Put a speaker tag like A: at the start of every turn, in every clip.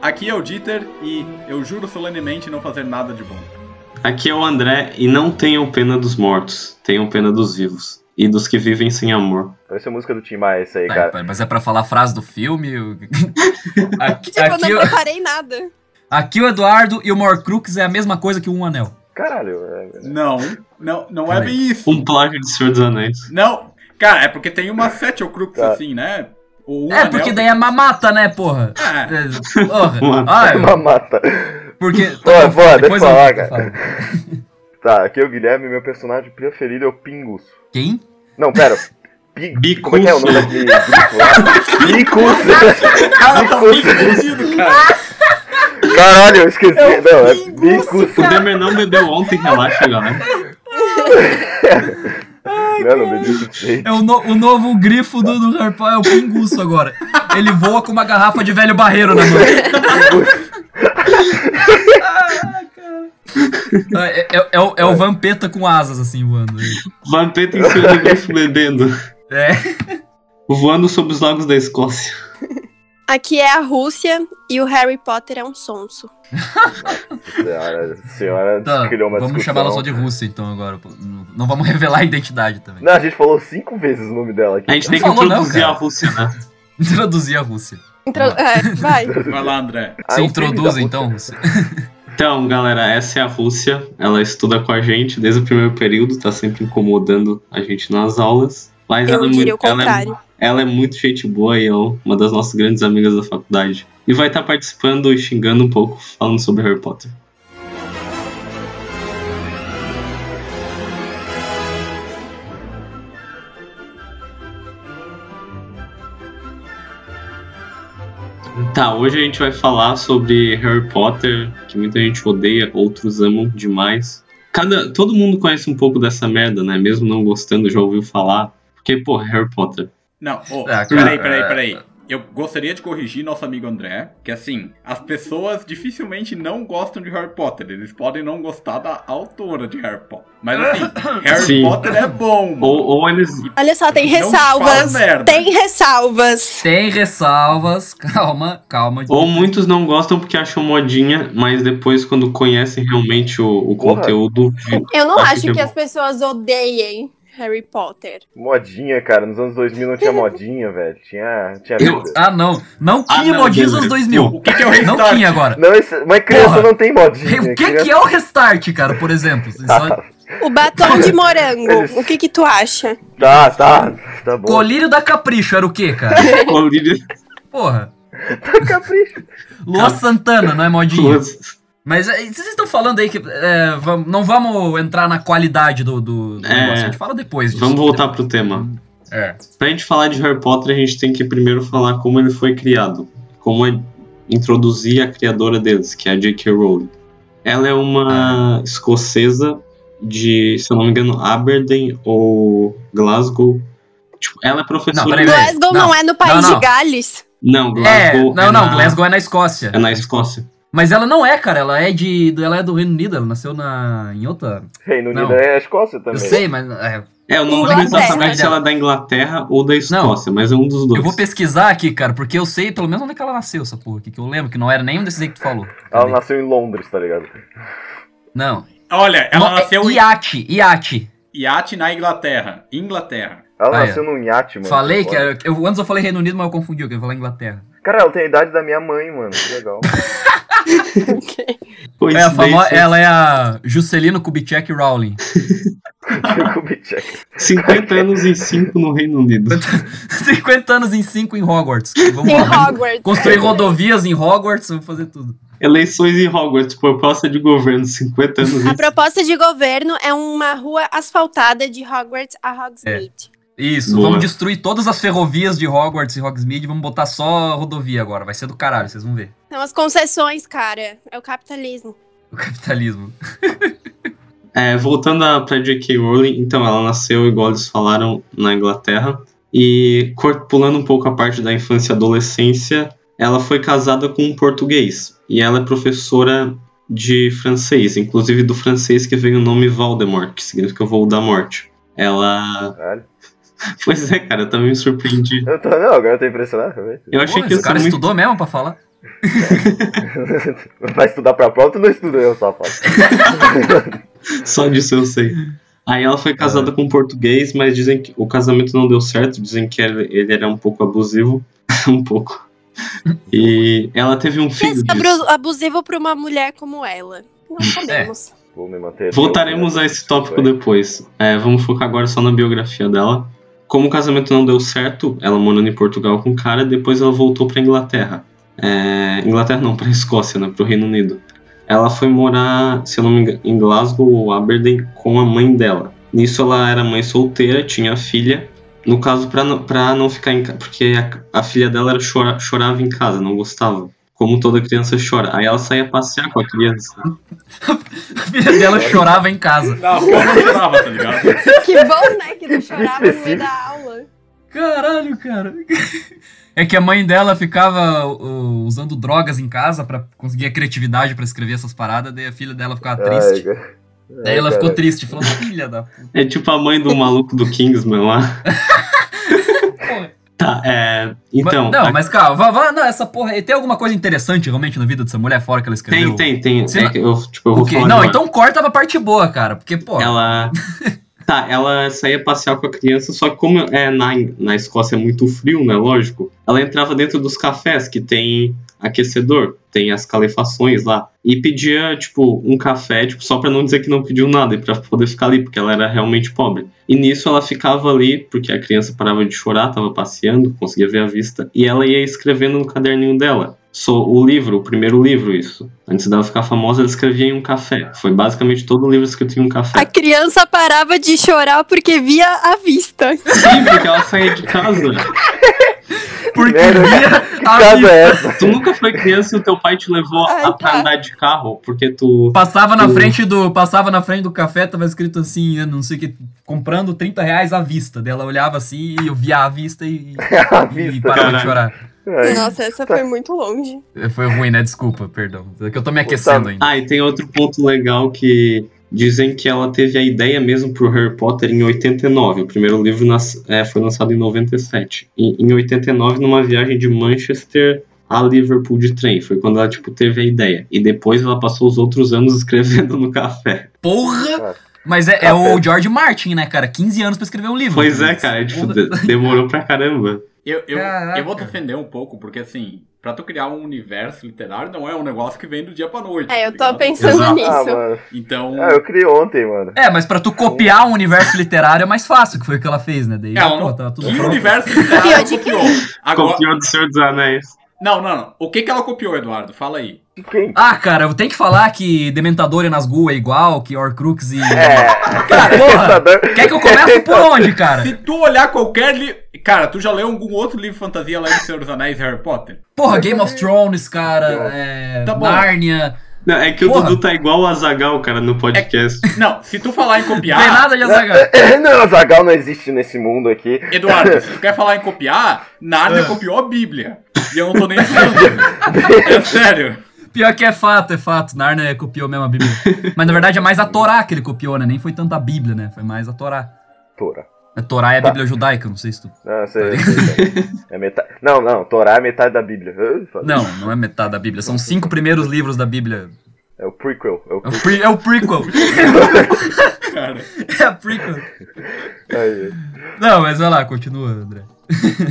A: Aqui é o Dieter e eu juro solenemente não fazer nada de bom.
B: Aqui é o André e não tenham pena dos mortos, tenham pena dos vivos e dos que vivem sem amor.
C: Parece a música do Tim Maia, essa aí,
D: Pera,
C: cara.
D: pera, Mas é pra falar a frase do filme? O- aqui,
E: Tipo, eu
D: aqui
E: não
D: o-
E: preparei nada.
D: aqui o Eduardo e o Morcrux é a mesma coisa que um anel.
C: Caralho. é-
A: Não, não, não é
D: Peraí.
A: bem isso.
B: Um plágio de Senhor dos Anéis.
A: Não, cara, é porque tem uma sete Crux
C: Tá.
A: assim, né? Ou um
D: é, porque
A: anel.
D: daí é mamata, né, porra?
A: Ah,
D: É, Porra.
C: Um
B: Uma-
D: Ah,
C: Uma mata.
D: porque.
C: Ó, vó, deixa
D: depois
C: eu falar,
D: eu
C: cara.
D: falo.
C: Tá, aqui é o Guilherme, meu personagem preferido é o Pingus.
D: Quem?
C: Não, pera. Pi...
B: Bicus.
C: Como é que é o nome daquele grupo lá? Bicus!
A: o cara tá muito perdido, cara.
C: Caralho, eu esqueci.
E: É o
C: Não, é
E: Pingus,
C: Bicus.
B: O Demer não bebeu ontem, relaxa, galera.
C: Não, não, meu Deus do céu.
D: É o, no- o novo grifo do, do Harry Potter, é o pinguço agora. Ele voa com uma garrafa de velho barreiro na mão. Ah, cara. Ah, é, é- é o, é o Vampeta com asas, assim, voando.
B: Vampeta em cima do grifo bebendo.
D: É.
B: Voando sobre os lagos da Escócia.
E: Aqui é a Rússia e o Harry Potter é um sonso.
C: Senhora, senhora
D: Tá,
C: criou uma
D: vamos
C: discussão.
D: chamá-la só de Rússia, então, agora. pô. Não não vamos revelar a identidade também.
C: Não, a gente falou cinco vezes o nome dela aqui.
B: A gente tem que
D: falou não,
B: introduzir
D: cara.
B: a Rússia, né?
D: Introduzir a Rússia.
E: Entra- é, vai.
A: Vai lá, André.
C: Ah,
D: Você
C: o filho da
D: introduz,
C: puta.
D: então, Rússia.
B: Então, galera, essa é a Rússia. Ela estuda com a gente desde o primeiro período, tá sempre incomodando a gente nas aulas. Mas ela é
E: Eu diria o
B: muito, ela é
E: contrário.
B: Ela é muito gente boa e é uma das nossas grandes amigas da faculdade. E vai estar participando e xingando um pouco, falando sobre Harry Potter. Tá, hoje a gente vai falar sobre Harry Potter, que muita gente odeia, outros amam demais. Cada, todo mundo conhece um pouco dessa merda, né? Mesmo não gostando, já ouviu falar. Porque, pô, Harry Potter.
A: Não, ô,
D: Ah, cara,
A: peraí, peraí,
D: é.
A: peraí. Eu gostaria de corrigir nosso amigo André, que assim, as pessoas dificilmente não gostam de Harry Potter. Eles podem não gostar da autora de Harry Potter. Mas assim, Harry
B: Sim.
A: Potter é bom.
B: Ou, ou eles.
E: Olha só, tem
A: Não
E: ressalvas.
A: fala merda.
E: Tem ressalvas.
D: Tem ressalvas. Calma, calma.
B: Ou muitos não gostam porque acham modinha, mas depois, quando conhecem realmente o, o
C: Porra.
B: conteúdo. vi-
E: Eu
D: Tá,
E: não
B: Acho
E: acho
B: que
E: que
B: é
E: as pessoas odeiem Harry Potter.
C: Modinha, cara. Nos anos 2000 não tinha modinha, velho. Tinha, tinha
B: Eu-
C: vida.
D: Ah, não. Não
B: Ah,
D: tinha
B: não,
D: modinhas
B: Deus,
D: aos
B: eu-
D: 2000.
A: O que, que é o
D: Não
A: restart?
D: tinha agora.
C: Não, isso, mas criança
D: Porra.
C: não tem modinha.
D: O que,
C: criança-
D: que é o restart, cara, por exemplo? Você só-
E: O batom de morango, o que que tu acha?
D: é?
C: Tá, tá. Tá bom.
D: Colírio da Capricho era o quê, cara? Porra.
C: Tá capricho.
D: Lua Santana, não é modinha?
B: Duas.
D: Mas é, vocês estão falando aí que é, vam- não vamos entrar na qualidade do, do, do
B: É.
D: negócio, a gente fala depois disso.
B: Vamos voltar pro tema.
D: É.
B: Pra gente falar de Harry Potter, a gente tem que primeiro falar como ele foi criado. Como é- introduzir a criadora deles, que é a J.K. Rowling. Ela é uma escocesa de, se eu não me engano, Aberdeen ou Glasgow. Tipo, ela é professora.
D: Não, peraí, peraí.
E: Glasgow
D: Não,
E: não é no país
D: não.
E: de Gales.
B: Não,
D: É,
B: Glasgow.
D: não, não,
B: na-
D: Glasgow é na Escócia.
B: É na Escócia.
D: Mas ela não é, cara, ela é de. Ela é do Reino Unido, ela nasceu na. em outra.
C: Reino Unido
D: Não.
C: é a Escócia também.
D: Eu sei, mas. é,
B: É, eu não lembro
E: Inglaterra.
B: exatamente se ela é da Inglaterra ou da Escócia, mas é um dos dois.
D: eu vou pesquisar aqui, cara, porque eu sei pelo menos onde é que ela nasceu, essa porra aqui, que eu lembro que não era nenhum desses aí que tu falou.
C: Ela
D: Cadê?
C: nasceu em Londres, tá ligado?
D: Não.
A: Olha, ela
D: Não, é
A: nasceu em
D: Iate, Iate.
A: Iate na Inglaterra. Inglaterra.
C: Ela
D: Ah, é.
C: nasceu num iate, mano.
D: Falei que
C: Foda.
D: era. Eu, antes eu falei Reino Unido, mas eu confundi, eu queria falar Inglaterra.
C: Cara, ela tem a idade da minha mãe, mano. Que legal.
D: É a famo...
B: Coincidência.
D: Ela é a Juscelino Kubitschek Rowling.
C: Kubitschek.
B: 50 anos e 5 no Reino Unido.
D: 50 anos em 5 em Hogwarts. Vamos
E: Em
D: lá, vamos
E: Hogwarts.
D: Construir rodovias em Hogwarts, vamos fazer tudo.
B: Eleições em Hogwarts, proposta de governo, 50 anos
E: A
B: e
E: proposta de governo é uma rua asfaltada de Hogwarts a Hogsmeade.
D: Isso,
B: Boa.
D: vamos destruir todas as ferrovias de Hogwarts e Hogsmeade, vamos botar só rodovia agora. Vai ser do caralho, vocês vão ver.
E: São as concessões, cara. É o capitalismo.
D: O capitalismo.
B: É, voltando a- pra J.K. Rowling, então ela nasceu, igual eles falaram, na Inglaterra. E cor- pulando um pouco a parte da infância e adolescência, ela foi casada com um português. E ela é professora de francês, inclusive do francês que vem o nome Voldemort, que significa voo da morte. Ela.
C: Caralho.
B: Pois é, cara, eu também me surpreendi.
C: Eu tô, não, agora eu tô impressionado. realmente.
B: Eu achei
D: Porra,
B: que ia ser
D: esse cara
B: muito
D: estudou mesmo pra falar.
C: Vai estudar pra prova, tu não estuda eu, safado.
B: Só disso eu sei. Aí ela foi casada com um português, mas dizem que o casamento não deu certo, dizem que ele, ele era um pouco abusivo. um pouco. E ela teve um
E: Que é
B: filho. disso.
E: abru- abusivo pra uma mulher como ela. Não sabemos.
C: Vou me manter. né?
B: Voltaremos a esse tópico depois. É, vamos focar agora só na biografia dela. Como o casamento não deu certo, ela morando em Portugal com o cara, depois ela voltou pra Inglaterra. É, Inglaterra não, pra Escócia, né? Pro Reino Unido. Ela foi morar, se eu não me engano, em Glasgow ou Aberdeen com a mãe dela. Nisso ela era mãe solteira, tinha filha. No caso, pra não, pra não ficar em casa, porque a, a filha dela era chora- chorava em casa, não gostava. Como toda criança chora. Aí ela saía passear com a criança.
D: A filha dela
B: É.
D: chorava em casa.
A: Na rua não chorava, tá ligado?
E: que bom, né? Que não chorava no meio da aula.
D: Caralho, cara. É que a mãe dela ficava uh, usando drogas em casa pra conseguir a criatividade pra escrever essas paradas, daí a filha dela ficava triste. daí ela ficou triste, falando, filha da puta.
B: É tipo a mãe do maluco do Kingsman lá.
D: Porra.
B: Tá, é. Então.
D: Mas- não,
B: a-
D: mas calma, vá, vá, não, essa porra. Tem alguma coisa interessante realmente na vida dessa mulher fora que ela escreveu?
B: tem, tem, tem.
D: Se não-
B: É que eu, tipo, eu vou
D: O quê?
B: falar
D: Não,
B: agora.
D: então corta pra parte boa, cara. Porque, pô.
B: Ela. Tá, ela saía passear com a criança, só que como é na, na Escócia é muito frio, né? Lógico. Ela entrava dentro dos cafés que tem aquecedor, tem as calefações lá. E pedia, tipo, um café, tipo, só pra não dizer que não pediu nada e pra poder ficar ali, porque ela era realmente pobre. E nisso ela ficava ali, porque a criança parava de chorar, tava passeando, conseguia ver a vista. E ela ia escrevendo no caderninho dela. Só o livro, o primeiro livro, isso. Antes dela ficar famosa, ela escrevia em um café. Foi basicamente todo o livro escrito em um café.
E: A criança parava de chorar porque via a vista.
B: Sim, porque ela saía de casa.
D: Porque
C: Merda.
D: via a
C: É, né? Casa
D: vida.
C: é essa?
B: Tu nunca foi criança e o teu pai te levou
E: Ai,
B: a pra
E: tá.
B: andar de carro, porque tu.
D: Passava na
B: Sim.
D: frente do. Passava na frente do café, tava escrito assim, eu não sei o que. Comprando 30 reais à vista. Daí ela olhava assim e eu via à vista e.
C: À
D: e
C: vista,
D: parava
B: caralho.
D: de chorar.
C: Ai,
E: Nossa, essa foi muito longe.
D: Foi ruim, né? Desculpa, perdão. É que eu tô me
C: tá
D: aquecendo ainda.
B: Ah, e tem outro ponto legal que dizem que ela teve a ideia mesmo pro Harry Potter em 89. O primeiro livro nas- é, foi lançado em 97. E, em 89, numa viagem de Manchester a Liverpool de trem. Foi quando ela, tipo, teve a ideia. E depois ela passou os outros anos escrevendo no café.
D: Porra!
C: Cara.
D: Mas é,
C: Tá
D: é o George Martin, né, cara? 15 anos pra escrever um livro.
B: Pois é, cara, é, tipo,
D: Porra.
B: de- demorou pra caramba.
A: Eu, eu,
D: Caraca.
A: eu vou defender um pouco, porque assim, pra tu criar um universo literário não é um negócio que vem do dia pra noite.
E: É, eu
A: tá
E: tô
A: ligado?
E: pensando
B: Exato.
C: Ah,
E: nisso.
C: mano.
A: Então,
C: Ah, eu criei ontem, mano.
D: É, mas pra tu copiar um universo literário é mais fácil, que foi o que ela fez, né? Daí,
A: É, ela
D: pô,
B: um
A: não-
D: tá tudo
A: que
D: pronto.
A: universo literário
E: Copiou
A: ela
E: de
A: copiou? Agora,
B: Copiou do Senhor dos Anéis.
A: não, não, não. O que que ela copiou, Eduardo? Fala aí.
C: Quem?
D: Ah, cara, eu tenho que falar que Dementador e Nazgûl é igual, que Horcrux e...
C: É.
D: Cara, porra!
C: pensador.
D: Quer que eu comece por onde, cara?
A: Se tu olhar qualquer livro... Cara, tu já leu algum outro livro fantasia lá de Senhor dos Anéis e Harry Potter?
D: Porra, Game of Thrones, cara, é...
A: Tá bom.
D: Nárnia...
B: Não, é que
D: Porra.
B: o Dudu tá igual o Azagal, cara, no podcast.
A: Não, se tu falar em
D: Não tem
A: copiar...
D: nada de Azaghal.
C: Não, Zagal não existe nesse mundo aqui.
A: Eduardo, se tu quer falar em copiar,
D: Ah.
A: Narnia copiou a Bíblia. E eu não tô nem falando. É sério.
D: Pior que é fato, é fato. Narnia copiou mesmo a Bíblia. Mas na verdade é mais a Torá que ele copiou, né? Nem foi tanto a Bíblia, né? Foi mais a Torá.
C: Tora.
D: A Torá é a Bíblia judaica, não sei se tu.
C: Não, sei, sei, sei. É metade. Não, não, Torá é metade da Bíblia. Eu falei.
D: Não, não é metade da Bíblia. São os cinco primeiros livros da Bíblia.
C: É o prequel. É o
D: É o, pre- é o prequel.
A: Cara.
D: É a prequel.
C: Aí,
D: Não, mas vai lá, continua, André.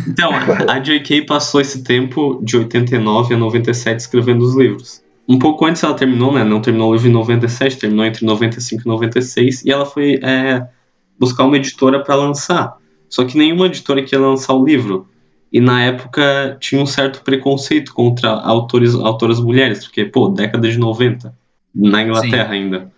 B: Então, a J.K. passou esse tempo de 89 a 97 escrevendo os livros. Um pouco antes ela terminou, né? Não terminou o livro em 97, terminou entre 95 e 96, e ela foi é, buscar uma editora pra lançar. Só que nenhuma editora queria lançar o livro. E na época tinha um certo preconceito contra autores, autoras mulheres, porque, pô, década de 90, na Inglaterra ainda.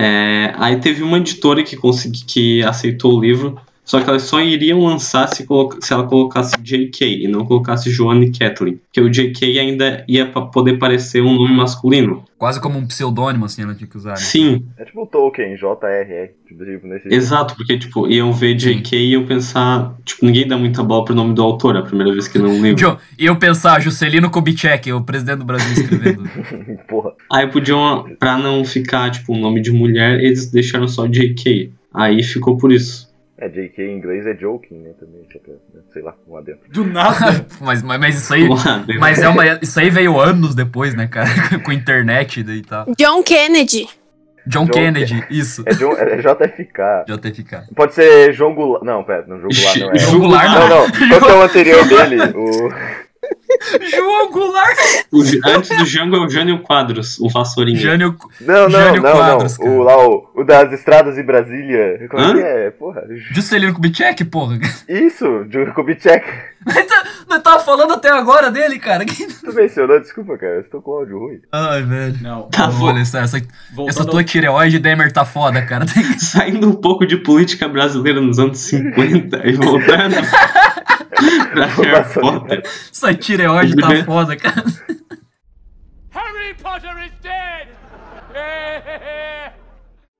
B: É, aí teve uma editora que, consegui, que aceitou o livro, só que elas só iriam lançar se, coloca- se ela colocasse JK e não colocasse Joanne Kathleen. Porque o JK ainda ia pa- poder parecer um nome masculino.
D: Quase como um pseudônimo, assim, ela tinha que usar. né?
B: Sim,
C: é tipo o Tolkien, JRR. Tipo, tipo, nesse.
B: exato, porque tipo, iam ver JK e iam pensar. Tipo, ninguém dá muita bola pro nome do autor, é a primeira vez que não livro.
D: Jo- E eu pensar, Juscelino Kubitschek, o presidente do Brasil escrevendo.
C: Porra.
B: Aí podiam, pra não ficar, tipo, um nome de mulher, eles deixaram só JK. Aí ficou por isso.
C: É, JK em inglês é joking, né? Também, só pra, né, sei lá, lá dentro.
A: Do nada.
D: Mas, mas, mas isso aí.
B: né?
D: Mas é uma, isso aí veio anos depois, né, cara? Com internet e daí e tal.
E: John Kennedy.
D: John,
C: John
D: Kennedy, isso.
C: É, John- é JFK.
D: JFK.
C: Pode ser João Goulart. Não, pera, não, João Goulart não é.
D: João Goulart
C: Não, não, qual que é o anterior dele? O...
D: João Goulart.
B: Ah, O J- antes do Django é o Jânio Quadros, o Vassourinha.
D: Jânio.
C: Não, não,
D: Jânio
C: não,
D: Quadros,
C: não.
D: cara.
C: O, lá, o, o das estradas de Brasília. Como é
B: Hã?
C: que é? Porra.
D: Juscelino Kubitschek, porra.
C: Isso, Júlio Kubitschek.
D: Não tava falando até agora dele, cara.
C: Tu mencionou, desculpa, cara. Eu estou com áudio ruim.
D: Ai, velho.
A: Não,
B: Tá bom.
D: Olha, essa, essa, essa
A: voltando,
D: tua tireoide Demer tá foda, cara. Tem que-
B: Saindo um pouco de política brasileira nos anos 50 e voltando pra Harry Potter.
D: Essa tireoide tá foda, cara.
F: Harry Potter is dead!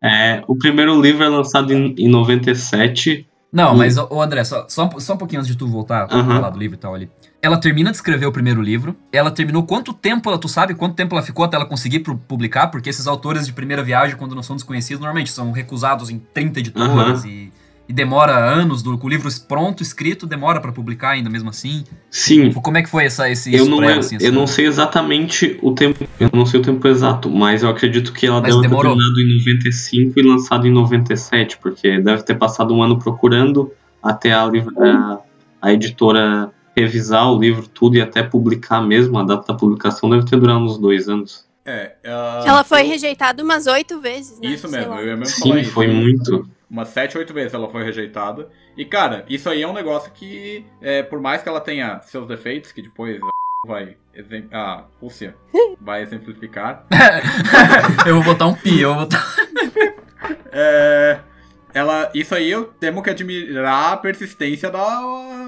B: É, o primeiro livro é lançado em, em 97.
D: Não,
B: Hum.
D: mas, ô ô, André, só, só, um- só um pouquinho antes de tu voltar a
B: Aham.
D: falar do livro e tal ali. Ela termina de escrever o primeiro livro. Ela terminou quanto tempo ela, tu sabe quanto tempo ela ficou até ela conseguir pu- publicar? Porque esses autores de primeira viagem, quando não são desconhecidos, normalmente são recusados em 30 editoras e, e demora anos. Do, com o livro pronto, escrito, demora pra publicar ainda mesmo assim.
B: Sim,
D: Como é que foi essa, esse
B: eu
D: isso
B: não,
D: pra ela,
B: eu,
D: assim,
B: eu
D: essa-
B: não sei exatamente o tempo. Eu não sei o tempo exato, mas eu acredito que ela
D: Mas
B: deve
D: demorou.
B: ter terminado em 95 e lançado em 97, porque deve ter passado um ano procurando até a, livra- a, a editora revisar o livro tudo e até publicar mesmo. A data da publicação deve ter durado uns dois anos.
A: é, ah,
E: Ela foi rejeitada umas oito vezes, né?
A: Isso
E: Sei
A: mesmo,
E: lá.
A: eu ia mesmo falar
B: Sim,
A: isso.
B: foi muito.
A: Umas 7, 8 vezes ela foi rejeitada. E, cara, isso aí é um negócio que, é, por mais que ela tenha seus defeitos, que depois a vai. exem- A Rússia vai exemplificar.
D: eu vou botar um pi, eu vou botar...
A: É, ela, isso aí eu temo que admirar a persistência da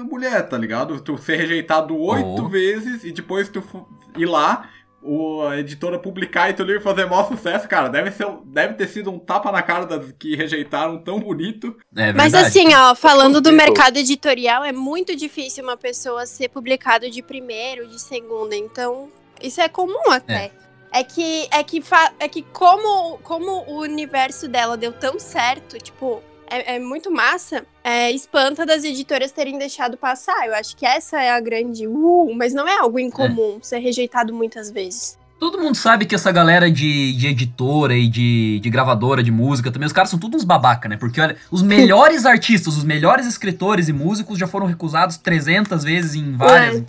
A: mulher, tá ligado? Tu ser rejeitado oito
D: Oh.
A: vezes e depois tu fu- ir lá, o, a editora publicar e teu livro fazer maior sucesso, cara. Deve, ser, deve ter sido um tapa na cara das que rejeitaram tão bonito.
D: É
E: Mas
D: verdade.
E: assim, ó, falando do
C: Eu-
E: mercado editorial, é muito difícil uma pessoa ser publicado de primeiro, de segunda. Então, isso é comum até. É. que, é que, fa- é que como, como o universo dela deu tão certo, tipo, é, é muito massa, é, espanta das editoras terem deixado passar. Eu acho que essa é a grande. Uh, mas não é algo incomum ser rejeitado muitas vezes.
D: Todo mundo sabe que essa galera de, de editora e de, de gravadora de música também, os caras são todos uns babaca, né? Porque olha, os melhores artistas, os melhores escritores e músicos já foram recusados 300 vezes em várias.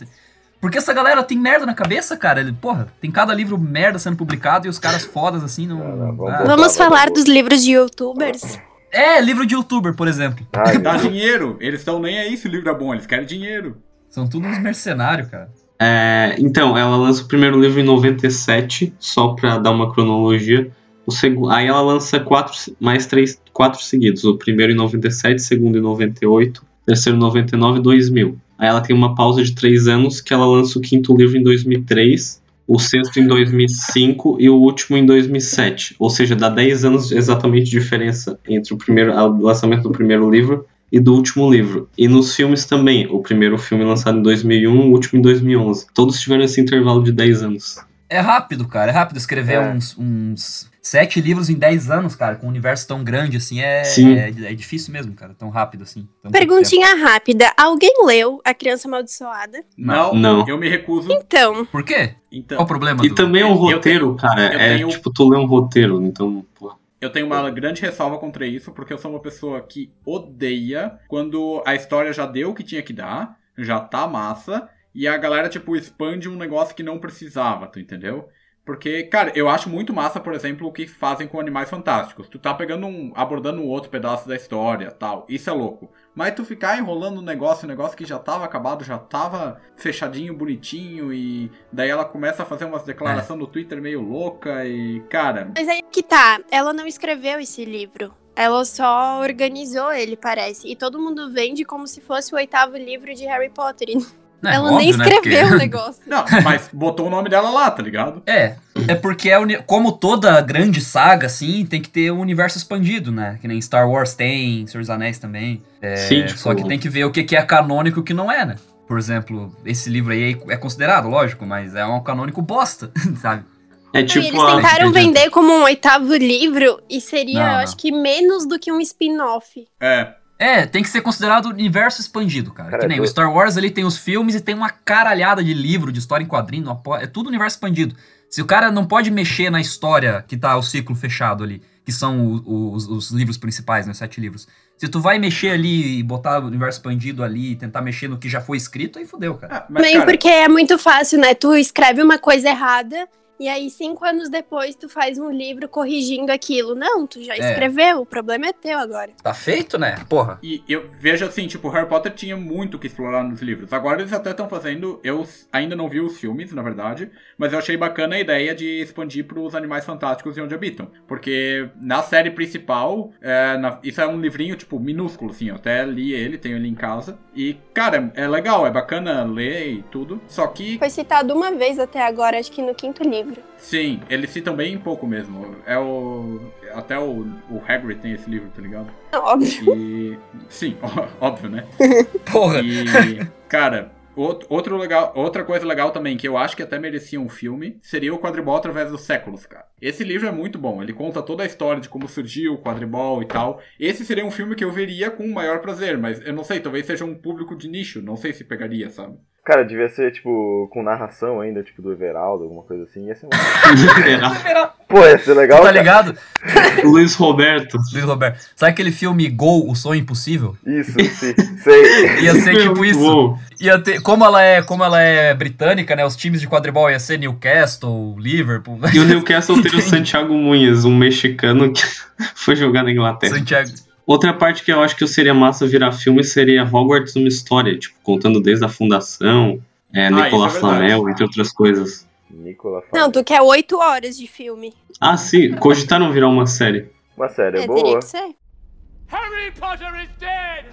D: Porque essa galera tem merda na cabeça, cara. Ele, porra, tem cada livro merda sendo publicado e os caras fodas assim não.
C: Cara, vamos
D: Ah.
C: botar
E: Vamos
C: lá,
E: falar
C: vamos.
E: dos livros de youtubers?
D: É, livro de youtuber, por exemplo.
C: Ai, meu
A: Dá
C: Deus.
A: dinheiro. Eles estão nem aí se o livro é bom, eles querem dinheiro.
D: São todos uns mercenários, cara.
B: É, então, ela lança o primeiro livro em 97, só pra dar uma cronologia. O segu... Aí ela lança quatro, se- mais três, quatro seguidos. O primeiro em 97, segundo em 98, terceiro em 99 e 2000. Aí ela tem uma pausa de três anos, que ela lança o quinto livro em 2003, o sexto em 2005 e o último em 2007. Ou seja, dá 10 anos exatamente de diferença entre o primeiro a- o lançamento do primeiro livro e do último livro. E nos filmes também. O primeiro filme lançado em 2001, o último em 2011. Todos tiveram esse intervalo de 10 anos.
D: É rápido, cara. É rápido escrever
C: É.
D: uns, uns sete livros em dez anos, cara, com um universo tão grande assim. É,
B: Sim.
D: é, é difícil mesmo, cara. Tão rápido assim. tão pouco
E: Perguntinha rápida: alguém leu A Criança Amaldiçoada?
A: Não,
B: Não.
A: eu me recuso.
E: Então.
D: tempo. Por quê? Qual
A: Então,
D: o problema?
B: E
D: do-
B: também o
A: eu
B: roteiro,
A: tenho-
B: cara.
A: eu
B: É
A: tenho-
B: tipo, tu lê um roteiro, então. Pô.
A: eu tenho uma grande ressalva contra isso, porque eu sou uma pessoa que odeia quando a história já deu o que tinha que dar, já tá massa, e a galera, tipo, expande um negócio que não precisava, tu entendeu? Porque, cara, eu acho muito massa, por exemplo, o que fazem com Animais Fantásticos. Tu tá pegando um. abordando um outro pedaço da história tal. Isso é louco. Mas tu ficar enrolando um negócio, um negócio que já tava acabado, já tava fechadinho, bonitinho, e daí ela começa a fazer umas declarações no Twitter meio louca e. Cara,
E: Mas aí que tá, ela não escreveu esse livro. Ela só organizou ele, parece. E todo mundo vende como se fosse o oitavo livro de Harry Potter. E
D: Não, é
E: ela nem
D: óbvio, né,
E: escreveu
D: porque-
E: o negócio.
A: Não, mas botou o nome dela lá, tá ligado?
D: É, é porque é uni- como toda grande saga, assim, tem que ter um universo expandido, né? Que nem Star Wars tem, Senhor dos Anéis também. É,
B: Sim, tipo-
D: Só que tem que ver o que, que é canônico e o que não é, né? Por exemplo, esse livro aí é considerado, lógico, mas é um canônico bosta, sabe?
B: É
E: e
B: tipo.
E: eles
B: a-
E: tentaram vender como um oitavo livro e seria,
D: Não,
E: eu
D: não.
E: acho que menos do que um spin-off.
A: É.
D: É, tem que ser considerado universo expandido, cara.
C: Cara,
D: que nem
C: eu-
D: o Star Wars ali tem os filmes e tem uma caralhada de livro, de história em quadrinho, uma po- é tudo universo expandido. Se o cara não pode mexer na história que tá o ciclo fechado ali, que são o- os, os livros principais, né, os sete livros. Se tu vai mexer ali e botar o universo expandido ali e tentar mexer no que já foi escrito, aí fodeu, cara.
A: Ah, mas,
E: Também
A: cara,
E: porque é muito fácil, né? Tu escreve uma coisa errada e aí cinco anos depois tu faz um livro corrigindo aquilo. Não, tu já
D: É.
E: escreveu, o problema é teu agora.
D: Tá feito, né? Porra.
A: E eu vejo assim, tipo, Harry Potter tinha muito o que explorar nos livros. Agora eles até estão fazendo. Eu s- ainda não vi os filmes, na verdade, mas eu achei bacana a ideia de expandir para os animais fantásticos e onde habitam. Porque na série principal, é, na- isso é um livrinho, tipo, minúsculo, assim. Eu até li ele, tenho ele em casa. E, cara, é legal, é bacana ler e tudo. Só que,
E: Foi citado uma vez até agora, acho que no quinto livro.
A: sim, eles citam bem pouco mesmo. É o. Até o, o Hagrid tem esse livro, tá ligado?
E: Óbvio.
A: E. Sim, óbvio, né?
D: Porra.
A: E, cara, out- outro legal, outra coisa legal também, que eu acho que até merecia um filme, seria o quadribol através dos séculos, cara. Esse livro é muito bom, ele conta toda a história de como surgiu o quadribol e tal. Esse seria um filme que eu veria com o maior prazer, mas eu não sei, talvez seja um público de nicho, não sei se pegaria, sabe?
C: Cara, devia ser, tipo, com narração ainda, tipo, do Everaldo, alguma coisa assim. Ia ser uma...
B: Era
C: Pô, ia ser legal,
D: Tá
C: cara.
D: ligado,
B: É, Luiz Roberto.
D: Luiz Roberto? Sabe aquele filme Gol, O Sonho Impossível?
C: Isso, sim, sei.
D: Ia ser tipo isso.
B: Uou.
D: Ia ter, como ela é, como ela é britânica, né? Os times de quadribol ia ser Newcastle, Liverpool,
B: E o Newcastle teve o
D: Entendi.
B: Santiago Munhas, um mexicano que foi jogar na Inglaterra.
D: Santiago.
B: Outra parte que eu acho que seria massa virar filme seria Hogwarts uma história, tipo, contando desde a fundação, é, Nicolas
A: isso é verdade.
B: Flamel, entre outras coisas.
C: Nicola
E: Não, tu quer oito horas de filme.
B: Ah, sim, cogitaram virar uma série.
C: Uma série
E: é, teria
C: boa.
E: que ser.
F: Harry Potter is dead!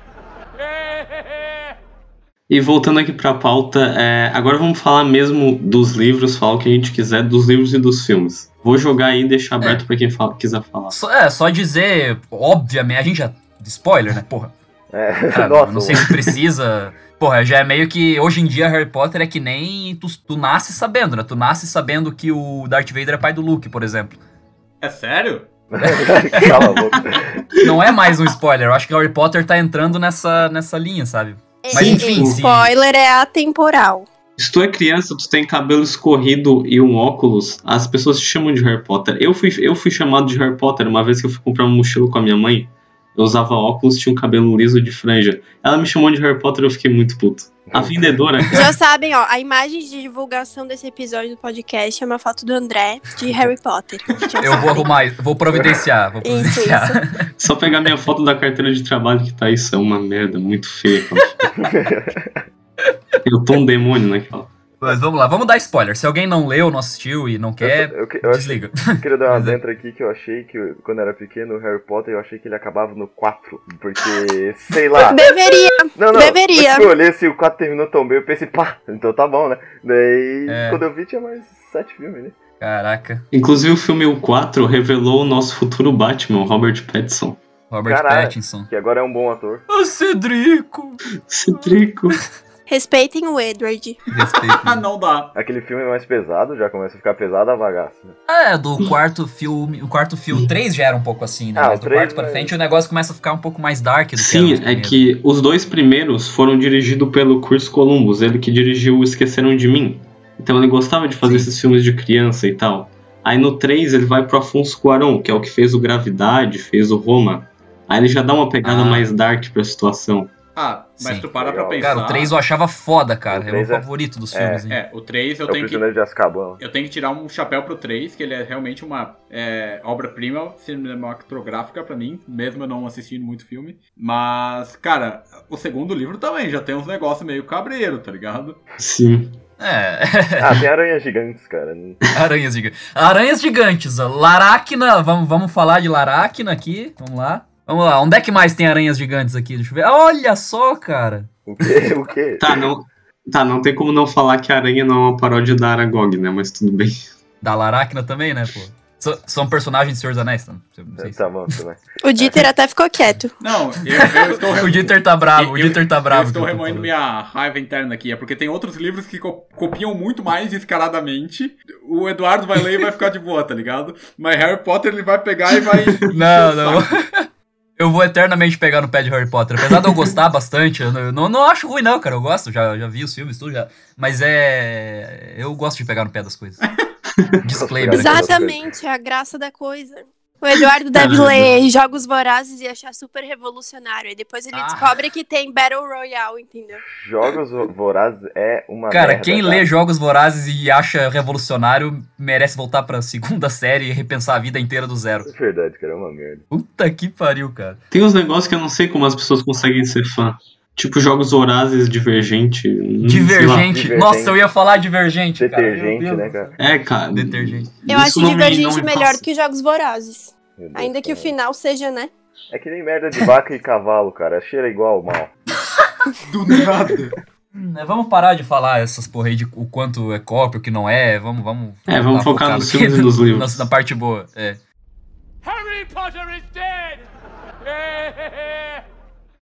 B: E voltando aqui pra pauta, é, agora vamos falar mesmo dos livros, falar o que a gente quiser dos livros e dos filmes. Vou jogar aí e deixar aberto pra quem fala- quiser falar.
D: Só, é, só dizer, obviamente, a gente já spoiler, né? Porra.
C: É,
D: Cara,
C: nossa,
D: Ah, não sei se precisa. Porra, já é meio que hoje em dia Harry Potter é que nem tu, tu nasce sabendo, né? Tu nasce sabendo que o Darth Vader é pai do Luke, por exemplo.
A: É sério?
C: cala a boca.
D: Não é mais um spoiler. Eu acho que Harry Potter tá entrando nessa nessa linha, sabe? Mas
E: E-
D: enfim,
E: e
D: sim.
E: spoiler é atemporal.
B: Se tu é criança, tu tem cabelo escorrido e um óculos, as pessoas te chamam de Harry Potter. Eu fui, eu fui chamado de Harry Potter uma vez que eu fui comprar um mochilo com a minha mãe. Eu usava óculos, tinha um cabelo liso de franja. Ela me chamou de Harry Potter eu fiquei muito puto. A vendedora,
E: Já sabem, ó, a imagem de divulgação desse episódio do podcast é uma foto do André de Harry Potter. Já
D: Eu vou
E: sabem.
D: arrumar, isso, vou providenciar, vou
E: Isso,
D: providenciar.
B: só pegar minha foto da carteira de trabalho que tá isso, é uma merda, muito feia. cara. Eu tô um demônio naquela.
D: Mas vamos lá, vamos dar spoiler. Se alguém não leu, não assistiu e não quer,
C: Eu, que- eu acho-
D: desliga.
C: eu queria dar uma
D: é-
C: dentro aqui que eu achei que eu- quando eu era pequeno, o Harry Potter, eu achei que ele acabava no 4. Porque, sei lá.
E: Deveria.
C: Não, não.
E: Deveria.
C: Eu olhei assim, o 4 terminou tão bem, eu pensei, pá, então tá bom, né? Daí,
D: É.
C: quando eu vi, tinha mais sete filmes, né?
D: Caraca,
B: Inclusive o filme O 4 revelou o nosso futuro Batman, o Robert Pattinson.
D: Robert
C: Caralho.
D: Pattinson.
C: Que agora é um bom ator.
D: Ô, Cedrico! Hum.
B: Citrico.
E: Respeitem o Edward.
D: Respeito.
A: Ah, não dá.
C: Aquele filme é mais pesado já começa a ficar pesado a bagaça. né?
D: É, do quarto filme. O quarto filme 3 já era um pouco assim, né?
C: Ah,
D: Mas
C: o
D: do
C: três,
D: quarto pra
C: mas-
D: frente o negócio começa a ficar um pouco mais dark do
B: Sim,
D: que
B: é que os dois primeiros foram dirigidos pelo Chris Columbus, ele que dirigiu o Esqueceram de Mim. Então ele gostava de fazer
D: Sim.
B: esses filmes de criança e tal. Aí no 3 ele vai pro Afonso Cuarón, que é o que fez o Gravidade, fez o Roma. Aí ele já dá uma pegada
D: Ah.
B: mais dark pra situação.
A: Ah, mas
D: Sim.
A: tu para
C: Legal.
A: pra pensar.
D: Cara, o 3 eu achava foda,
C: O
D: cara. É o meu
C: três é-
D: favorito dos filmes, hein?
A: É, o 3 eu
C: é o
A: tenho que
C: Prisioneiro de Azkaban.
A: Eu tenho que tirar um chapéu pro 3, que ele é realmente uma é, obra-prima cinematográfica pra mim, mesmo eu não assistindo muito filme. Mas, cara, o segundo livro também já tem uns negócios meio cabreiro, tá ligado?
B: Sim.
D: É.
C: Ah, tem aranhas gigantes, cara.
D: Aranhas gigantes. Aranhas gigantes. Laracna, vamos, vamos falar de Laracna aqui. Vamos lá. Vamos lá, onde é que mais tem aranhas gigantes aqui? Deixa eu ver. Olha só, cara.
C: O quê? O quê?
B: Tá, não. Tá, não tem como não falar que a Aranha não é uma paródia da Aragog, né? Mas tudo bem.
D: Da Laracna também, né, pô? So- são personagens do Senhor dos Anéis, tá? Não sei se-
C: Tá bom, tudo bem.
E: O Dieter até ficou quieto.
A: Não, eu, eu estou...
D: O Dieter tá bravo, o
A: Eu-
D: Dieter tá
A: Eu
D: bravo.
A: estou
D: que eu tô
A: remoendo
D: falando.
A: minha raiva interna aqui, é porque tem outros livros que co- copiam muito mais descaradamente. O Eduardo vai ler e vai ficar de boa, tá ligado? Mas Harry Potter ele vai pegar e vai.
D: Não, não. Eu vou eternamente pegar no pé de Harry Potter. Apesar de eu gostar bastante, eu não, eu não, não acho ruim, não, cara. Eu gosto, já, já vi os filmes, tudo. Já. Mas é. Eu gosto de pegar no pé das coisas. Disclaimer.
E: Exatamente, a graça da coisa. O Eduardo deve
B: Caramba.
E: ler Jogos Vorazes e achar super revolucionário. E depois ele
D: Ah.
E: descobre que tem Battle Royale, entendeu?
C: Jogos Vorazes é uma
D: Cara,
C: merda,
D: quem
C: tá?
D: lê Jogos Vorazes e acha revolucionário merece voltar pra segunda série e repensar a vida inteira do zero.
C: É verdade, cara, é uma merda.
D: Puta que pariu, cara.
B: Tem uns negócios que eu não sei como as pessoas conseguem ser fã. Tipo jogos vorazes, divergente. hum, sei lá.
D: Divergente.
C: Divergente.
D: Nossa, eu ia falar divergente. cara. Meu
C: Detergente,
D: Deus
C: né,
D: do
C: cara?
D: céu.
B: É, cara.
D: Detergente.
E: Eu
B: isso
E: acho
B: não me- não
E: Divergente
B: me
E: melhor
B: passa.
E: do que Jogos Vorazes.
C: Meu Deus,
E: Ainda que o
C: cara.
E: final seja, né?
C: É que nem merda de vaca e cavalo, cara. Cheira igual mal.
A: Do nada.
D: Hum, né, Vamos parar de falar essas porra aí de o quanto é cópia, o que não é. Vamos, vamos.
B: É, vamos
D: tá
B: focar nos
D: focado
B: filmes
D: aqui
B: e nos livros.
D: Na, na parte boa. É.
F: Harry Potter is dead!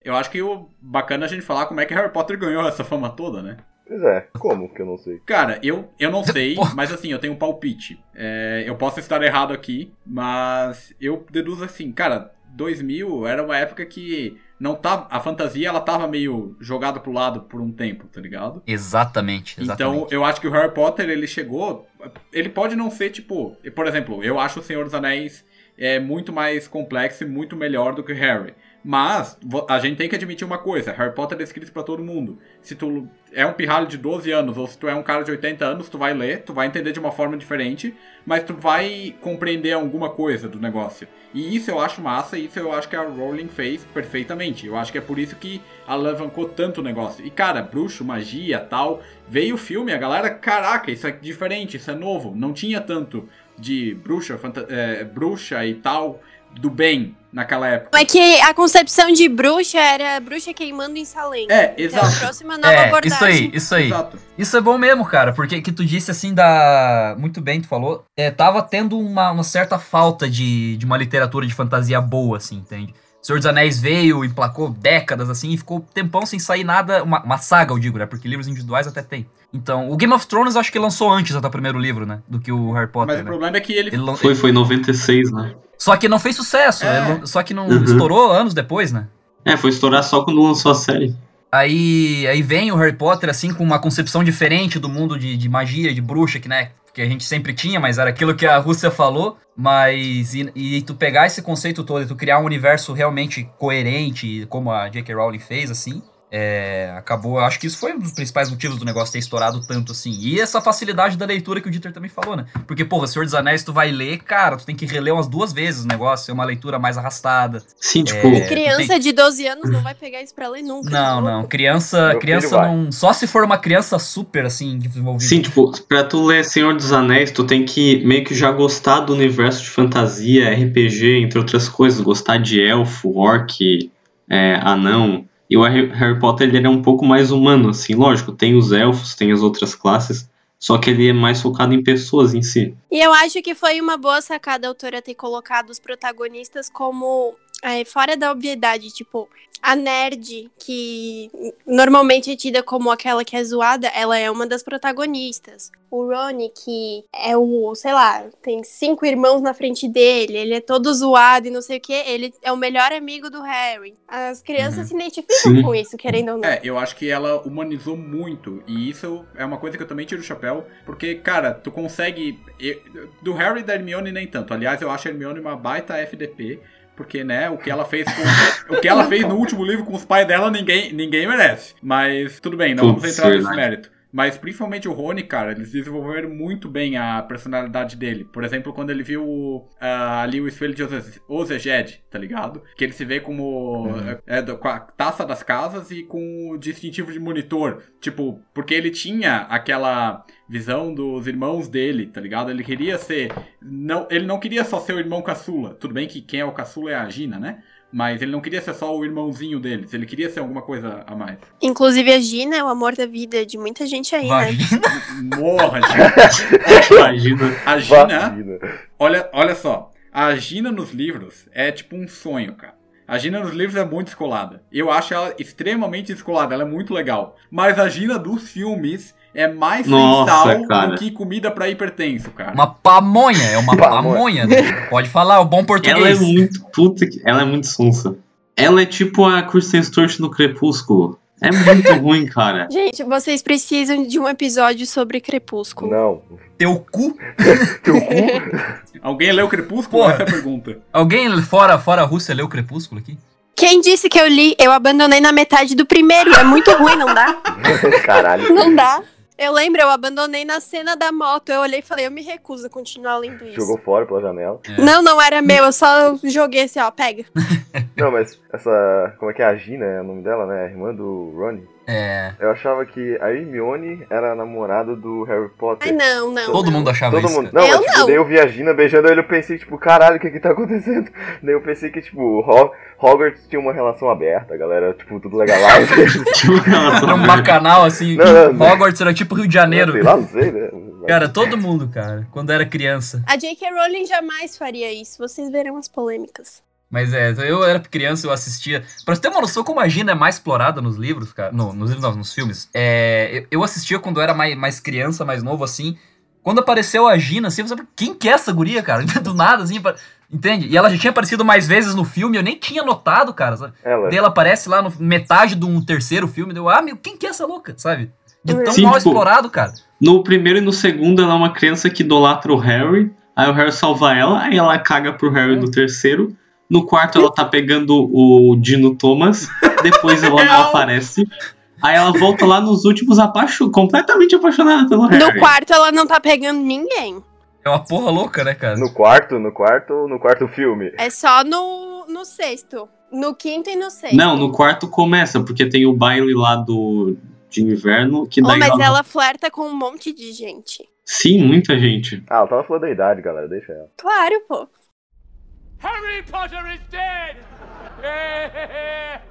A: Eu acho que o bacana é a gente falar como é que Harry Potter ganhou essa fama toda, né?
C: Pois é, como que eu não sei?
A: Cara, eu, eu não sei,
D: Porra.
A: mas assim, eu tenho um palpite. É, eu posso estar errado aqui, mas eu deduzo assim, cara, 2000 era uma época que não tá, a fantasia ela tava meio jogada pro lado por um tempo, tá ligado?
D: Exatamente, exatamente.
A: Então, eu acho que o Harry Potter, ele chegou. Ele pode não ser, tipo. Por exemplo, eu acho o Senhor dos Anéis é, muito mais complexo e muito melhor do que Harry. Mas, vo- a gente tem que admitir uma coisa: Harry Potter é escrito pra todo mundo. Se tu é um pirralho de 12 anos ou se tu é um cara de 80 anos, tu vai ler, tu vai entender de uma forma diferente, mas tu vai compreender alguma coisa do negócio. E isso eu acho massa, e isso eu acho que a Rowling fez perfeitamente. Eu acho que é por isso que alavancou tanto o negócio. E cara, bruxo, magia, tal, Veio o filme, a galera, caraca, isso é diferente, isso é novo. Não tinha tanto de bruxa, fanta- é, bruxa e tal do bem naquela época.
E: É que a concepção de bruxa era bruxa queimando em Salem.
A: É,
E: Então
A: exato.
E: trouxe uma nova
D: É,
E: abordagem.
D: isso aí, isso aí.
A: Exato.
D: Isso é bom mesmo, cara, porque que tu disse assim da. Muito bem, tu falou. É, tava tendo uma, uma certa falta de, de uma literatura de fantasia boa, assim, entende? Senhor dos Anéis veio e placou décadas assim e ficou tempão sem sair nada. Uma, uma saga, eu digo, né? Porque livros individuais até tem. Então, o Game of Thrones eu acho que lançou antes até o primeiro livro, né? Do que o Harry Potter,
A: Mas o
D: né?
A: problema é que ele.
D: Ele lan-
B: Foi, foi em 96, né?
D: Só que não fez sucesso.
A: É.
D: ele lan- Só que não
B: Uhum.
D: estourou anos depois, né?
B: É, foi estourar só quando lançou a série.
D: Aí, aí vem o Harry Potter, assim, com uma concepção diferente do mundo de, de magia, de bruxa, que, né, que a gente sempre tinha, mas era aquilo que a Rússia falou. Mas, e, e tu pegar esse conceito todo e tu criar um universo realmente coerente, como a J.K. Rowling fez, assim, é, acabou. eu Acho que isso foi um dos principais motivos do negócio ter estourado tanto, assim. E essa facilidade da leitura que o Dieter também falou, né? Porque, porra, Senhor dos Anéis, tu vai ler, cara, tu tem que reler umas duas vezes o negócio, é uma leitura mais arrastada.
B: Sim, tipo,
D: É.
E: Criança de 12 anos não vai pegar isso pra ler nunca.
D: Não,
E: tá
D: não. Criança,
C: Meu
D: criança
C: filho vai.
D: não. Só se for uma criança super assim desenvolvida.
B: Sim, tipo, pra tu ler Senhor dos Anéis, tu tem que meio que já gostar do universo de fantasia, RPG, entre outras coisas, gostar de elfo, orc, é, anão. E o Harry Harry Potter ele é um pouco mais humano, assim, lógico, tem os elfos, tem as outras classes, só que ele é mais focado em pessoas em si.
E: E eu acho que foi uma boa sacada a autora ter colocado os protagonistas como é, fora da obviedade, tipo, a nerd, que normalmente é tida como aquela que é zoada, ela é uma das protagonistas. O Rony, que é o, sei lá, tem cinco irmãos na frente dele, ele é todo zoado e não sei o quê, ele é o melhor amigo do Harry. As crianças se identificam
B: Sim.
E: com isso, querendo ou não.
A: É, eu acho que ela humanizou muito. E isso é uma coisa que eu também tiro o chapéu. Porque, cara, tu consegue. e- Do Harry e da Hermione nem tanto. Aliás, eu acho a Hermione uma baita FDP. Porque, né, o que ela fez com- O que ela fez no último livro com os pais dela, ninguém, ninguém merece. Mas tudo bem, não vamos
B: Putz,
A: entrar nesse
B: verdade.
A: mérito. Mas principalmente o Rony, cara, eles desenvolveram muito bem a personalidade dele. Por exemplo, quando ele viu o- ah, ali o espelho de Oze- Ozeged, tá ligado? Que ele se vê como.
B: Uhum.
A: é, do- com a taça das casas e com o distintivo de monitor. Tipo, porque ele tinha aquela visão dos irmãos dele, tá ligado? Ele queria ser. Não, ele não queria só ser o irmão caçula. Tudo bem que quem é o caçula é a Gina, né? Mas ele não queria ser só o irmãozinho deles. Ele queria ser alguma coisa a mais.
E: Inclusive a Gina é o amor da vida de muita gente aí, né?
D: Imagina.
A: Morra, Gina.
B: Imagina.
A: A Gina.
C: Vacina.
A: Olha, olha só, a Gina nos livros é tipo um sonho, cara. A Gina nos livros é muito descolada. Eu acho ela extremamente descolada, ela é muito legal. Mas a Gina dos filmes é mais
B: Nossa,
A: sensal
B: cara.
A: do que comida pra hipertenso, cara.
D: Uma pamonha, é uma
C: Pamonha.
D: pamonha. né? Pode falar, o bom
B: Ela é
D: português.
B: muito puta, que- ela é muito sonsa. Ela é tipo a Kristen Stewart no Crepúsculo. É muito ruim, cara.
E: Gente, vocês precisam de um episódio sobre Crepúsculo.
C: Não. um
D: Teu cu?
C: Teu cu?
A: Alguém leu Crepúsculo?
D: Porra.
A: Essa é a pergunta.
D: Alguém fora, fora a Rússia leu Crepúsculo aqui?
E: Quem disse que eu li? Eu abandonei na metade do primeiro. É muito ruim, não dá?
C: Caralho.
E: Não dá. Eu lembro, eu abandonei na cena da moto. Eu olhei e falei, eu me recuso a continuar lendo isso.
C: Jogou fora pela janela.
E: Não, não era meu, eu só joguei assim, ó, pega.
C: Não, mas essa. Como é que é a Gina? É o nome dela, né? A irmã do Ronnie.
D: É.
C: Eu achava que a Hermione era a namorada do Harry Potter.
E: Ai, não, não.
D: Todo mundo achava
C: Todo
D: isso.
C: mundo.
D: cara.
C: Não,
E: Eu
C: mas, tipo,
E: não.
C: daí eu vi a Gina beijando ele, eu pensei, tipo, caralho, o que que tá acontecendo? Daí eu pensei que, tipo, o Ho- Hogwarts tinha uma relação aberta, galera, tipo, tudo legalizado.
B: Tipo aquela
D: Era um
B: tua-
D: bacanal assim.
C: Não, não, não.
D: Hogwarts era tipo Rio de Janeiro.
C: sei lá, não sei, né?
D: Cara, todo mundo, cara. Quando era criança.
E: A J.K. Rowling jamais faria isso. Vocês verão as polêmicas.
D: Mas é, eu era criança, eu assistia. Pra você ter uma noção como a Gina é mais explorada nos livros, cara. Não, nos livros não, nos filmes. É, eu- eu assistia quando eu era mais, mais criança, mais novo, assim. Quando apareceu a Gina, assim, eu pensava, quem que é essa guria, cara? Do nada, assim, pa- entende? E ela já tinha aparecido mais vezes no filme, eu nem tinha notado, cara. Sabe?
C: Ela.
D: Daí ela aparece lá no metade de um terceiro filme, deu, ah, meu, quem que é essa louca, sabe? De tão
B: Sim,
D: mal
B: tipo-
D: explorado, cara.
B: No primeiro e no segundo, ela é uma criança que idolatra o Harry. Aí o Harry salva ela, aí ela caga pro Harry
E: É.
B: no terceiro. No quarto, ela tá pegando o Dino Thomas. Depois ela
E: É
B: não aparece. Aí ela volta lá nos últimos, apaixo... completamente apaixonada pelo Harry.
E: No quarto, ela não tá pegando ninguém.
D: É uma porra louca, né, cara?
C: No quarto, no quarto, no quarto filme.
E: É só no, no sexto. No quinto e no sexto.
B: Não, no quarto começa, porque tem o baile lá do de inverno, que
E: Oh,
B: daí
E: mas
B: ela-
E: ela flerta com um monte de gente.
B: Sim, muita gente.
C: Ah, ela tava falando da idade, galera, deixa ela.
E: Claro, pô.
F: Harry Potter is dead!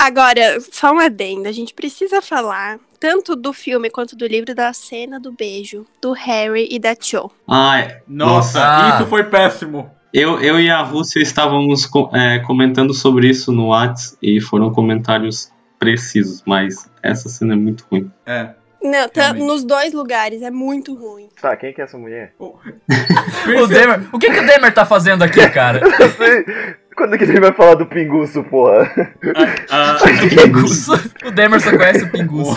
E: Agora, só um adendo. A gente precisa falar tanto do filme quanto do livro da cena do beijo do Harry e da Cho.
B: Ah,
A: Nossa,
D: Nossa.
A: isso foi péssimo.
B: eu, eu e a Rússia estávamos co- é, comentando sobre isso no Whats e foram comentários precisos, mas essa cena é muito ruim.
A: É.
E: Não, tá-
A: Realmente.
E: nos dois lugares. É muito ruim.
C: Tá, quem que é essa mulher?
D: O, Demer, o que, que o Demer tá fazendo aqui, cara?
C: Eu sei. Quando que a gente vai falar do pinguço, porra?
A: Ah,
D: Pinguço. O Demer só conhece o Pinguço.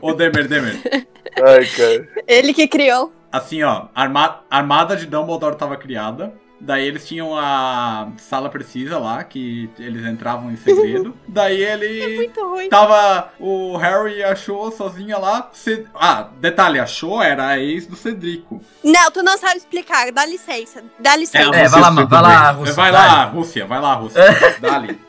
A: ô, ô, Demer, Demer.
C: Ai, cara.
E: Ele que criou.
A: Assim, ó, a arma- a armada de Dumbledore tava criada. Daí eles tinham a sala precisa lá, que eles entravam em segredo. Daí ele
E: Muito ruim.
A: Tava o Harry achou sozinha lá. Ce- Ah, detalhe, achou era a ex do Cedrico.
E: Não, tu não sabe explicar. Dá licença. Dá licença.
D: É, vai lá, mano, vai lá, Russo.
A: vai lá, Rússia, vai lá, Rússia. Dali.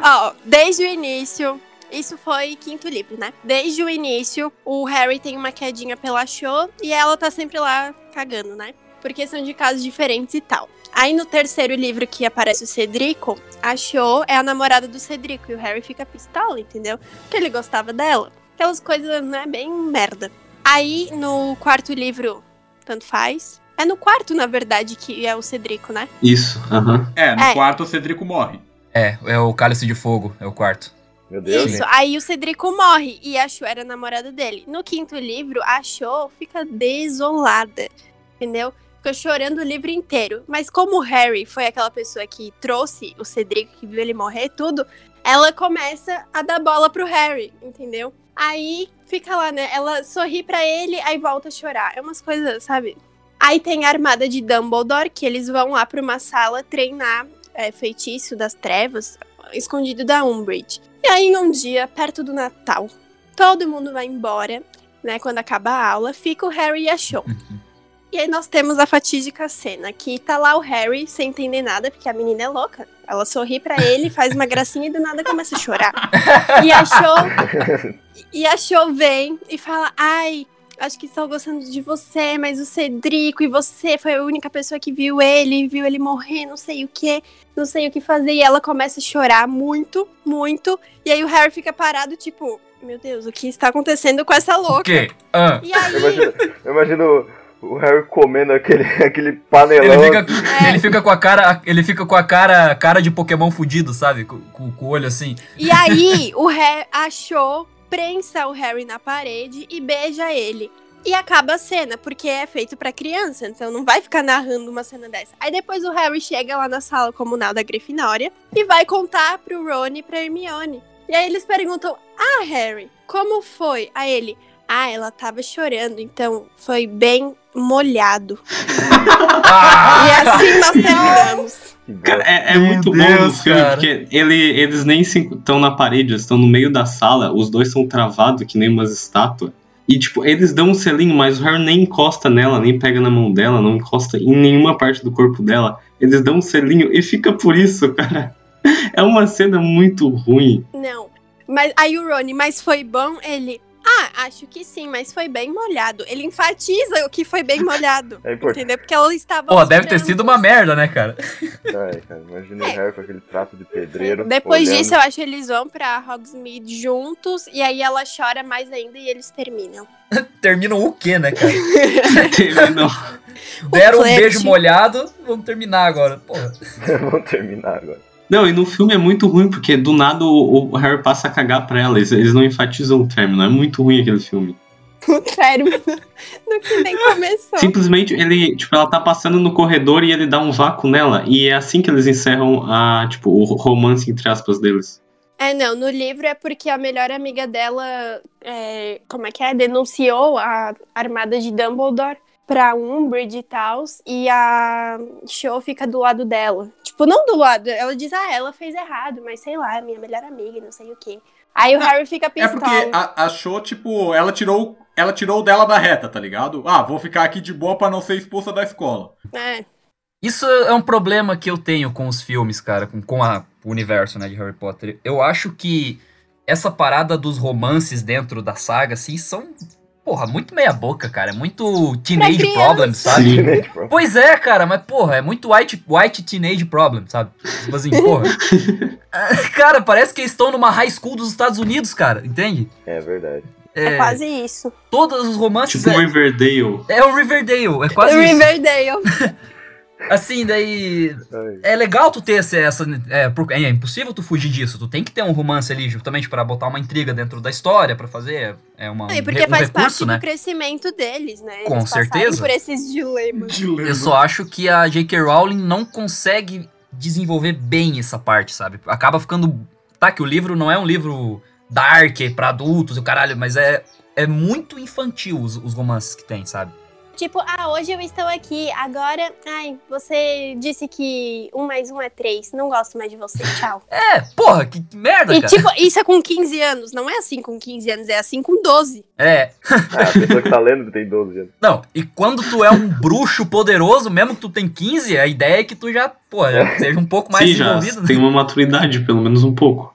E: Ó, desde o início. Isso foi quinto livro, né? Desde o início, o Harry tem uma quedinha pela Cho e ela tá sempre lá cagando, né? Porque são de casos diferentes e tal. Aí no terceiro livro que aparece o Cedrico, a Cho é a namorada do Cedrico e o Harry fica pistola, entendeu? Porque ele gostava dela. Aquelas coisas, né? Bem merda. Aí no quarto livro, tanto faz. É no quarto, na verdade, que é o Cedrico, né?
B: Isso, aham.
A: É, no
E: É.
A: quarto o Cedrico morre.
D: É, é o Cálice de Fogo, é o quarto.
C: Meu Deus,
E: Isso,
C: gente.
E: aí o Cedrico morre e a Cho era namorada dele. No quinto livro, a Cho fica desolada, entendeu? Fica chorando o livro inteiro. Mas como o Harry foi aquela pessoa que trouxe o Cedrico, que viu ele morrer e tudo, ela começa a dar bola pro Harry, entendeu? Aí fica lá, né? Ela sorri pra ele, aí volta a chorar. É umas coisas, sabe? Aí tem a armada de Dumbledore, que eles vão lá pra uma sala treinar é, feitiço das trevas, escondido da Umbridge. E aí, um dia, perto do Natal, todo mundo vai embora, né? Quando acaba a aula, fica o Harry e a Cho. E aí nós temos a fatídica cena, que tá lá o Harry sem entender nada, porque a menina é louca. Ela sorri pra ele, faz uma gracinha e do nada começa a chorar. E a Cho, e a Cho vem e fala, ai... Acho que estou gostando de você, mas o Cedrico e você foi a única pessoa que viu ele, viu ele morrer, não sei o que, não sei o que fazer. E ela começa a chorar muito, muito. E aí o Harry fica parado, tipo, meu Deus, o que está acontecendo com essa
D: O
E: louca?
D: quê? Ah,
E: E aí.
C: Eu imagino, eu imagino o Harry comendo aquele, aquele panelão.
D: ele, fica,
E: é,
D: ele fica com a cara. Ele fica com a cara. cara de Pokémon fudido, sabe? Com, com- com o olho assim.
E: E aí, o Harry achou, prensa o Harry na parede e beija ele. e acaba a cena, porque é feito pra criança, então não vai ficar narrando uma cena dessa. Aí depois o Harry chega lá na sala comunal da Grifinória e vai contar pro Ron e pra Hermione. E aí eles perguntam: "Ah, Harry, como foi?" Aí ele: "Ah, ela tava chorando, então foi bem molhado."
D: Ah!
E: e assim nós terminamos.
B: Cara, é, é
D: Meu
B: muito bom
D: Deus,
B: no filme,
D: cara.
B: porque ele, eles nem estão na parede, eles estão no meio da sala, os dois são travados que nem umas estátuas. E, tipo, eles dão um selinho, mas o Harry nem encosta nela, nem pega na mão dela, não encosta em nenhuma parte do corpo dela. Eles dão um selinho e fica por isso, cara. É uma cena muito ruim.
E: Não. Mas aí o Rony, mas foi bom? Ele. Ah, acho que sim, mas foi bem molhado. Ele enfatiza o que foi bem molhado.
C: É importante.
E: entendeu? Porque ela estava.
D: Pô, deve ter
E: olhando.
D: sido uma merda, né, cara?
C: Ai, cara, imagina o Harry com aquele trato de pedreiro.
E: Depois
C: olhando.
E: disso, eu acho que eles vão pra Hogsmeade juntos. E aí ela chora mais ainda e eles terminam.
D: Terminam o quê, né, cara?
B: Terminou.
D: Deram um
E: flerte.
D: beijo molhado, vamos terminar agora. Porra.
C: Vamos terminar agora.
B: Não, e no filme é muito ruim, porque do nada o, o Harry passa a cagar pra ela. Eles, eles não enfatizam o término. É muito ruim aquele filme.
E: Sério, do que nem começou.
D: Então.
B: Simplesmente ele, tipo, ela tá passando no corredor e ele dá um vácuo nela. E é assim que eles encerram a, tipo, o romance, entre aspas, deles.
E: É, não, no livro é porque a melhor amiga dela, é, como é que é? Denunciou a armada de Dumbledore pra Umbridge e tal, e a Cho fica do lado dela. Tipo, não do lado, ela diz, ah, ela fez errado, mas sei lá, é minha melhor amiga, não sei o quê. Aí o
A: Não,
E: Harry fica
A: É
E: pistola.
A: porque a- achou, tipo, ela tirou, ela tirou o dela da reta, tá ligado? Ah, vou ficar aqui de boa pra não ser expulsa da escola.
E: É.
D: Isso é um problema que eu tenho com os filmes, cara, com, com a- o universo né, de Harry Potter. Eu acho que essa parada dos romances dentro da saga, assim, são, porra, muito meia boca, cara. É muito teenage
E: criança.
D: problem, sabe?
B: Sim.
C: Gente, pô,
D: Pois é, cara, mas porra, é muito white, white teenage problem, sabe? Tipo assim, porra. Ah, cara, parece que eles estão numa high school dos Estados Unidos, cara, entende?
C: É verdade.
E: É quase isso.
D: Todos os romances
B: Tipo
D: é,
B: Riverdale.
D: é o Riverdale, é quase isso.
E: Riverdale.
D: Assim, daí
C: Ai,
D: é legal tu ter esse- essa. É, por- é impossível tu fugir disso. Tu tem que ter um romance ali, justamente pra botar uma intriga dentro da história, pra fazer. É uma,
E: É,
D: um
E: porque
D: re- um
E: faz parte
D: recurso, né?
E: do crescimento deles, né?
D: Com
E: Eles passarem
D: certeza.
E: por esses dilemas.
D: Eu só acho que a J.K. Rowling não consegue desenvolver bem essa parte, sabe? Acaba ficando. Tá, que o livro não é um livro dark é pra adultos e o caralho, mas é, é muito infantil os, os romances que tem, sabe?
E: Tipo, ah, hoje eu estou aqui, agora, ai, você disse que um mais um é três, não gosto mais de você, tchau.
D: É, porra, que, que merda,
E: e
D: cara.
E: tipo, isso é com 15 anos, não é assim com 15 anos, é assim com 12.
D: É.
C: Ah, a pessoa que tá lendo tem 12 anos.
D: Não, e quando tu é um bruxo poderoso, mesmo que tu tem 15, a ideia é que tu já, porra, já seja um pouco mais
B: Sim, já
D: desenvolvido, né?
B: tem uma maturidade, pelo menos um pouco.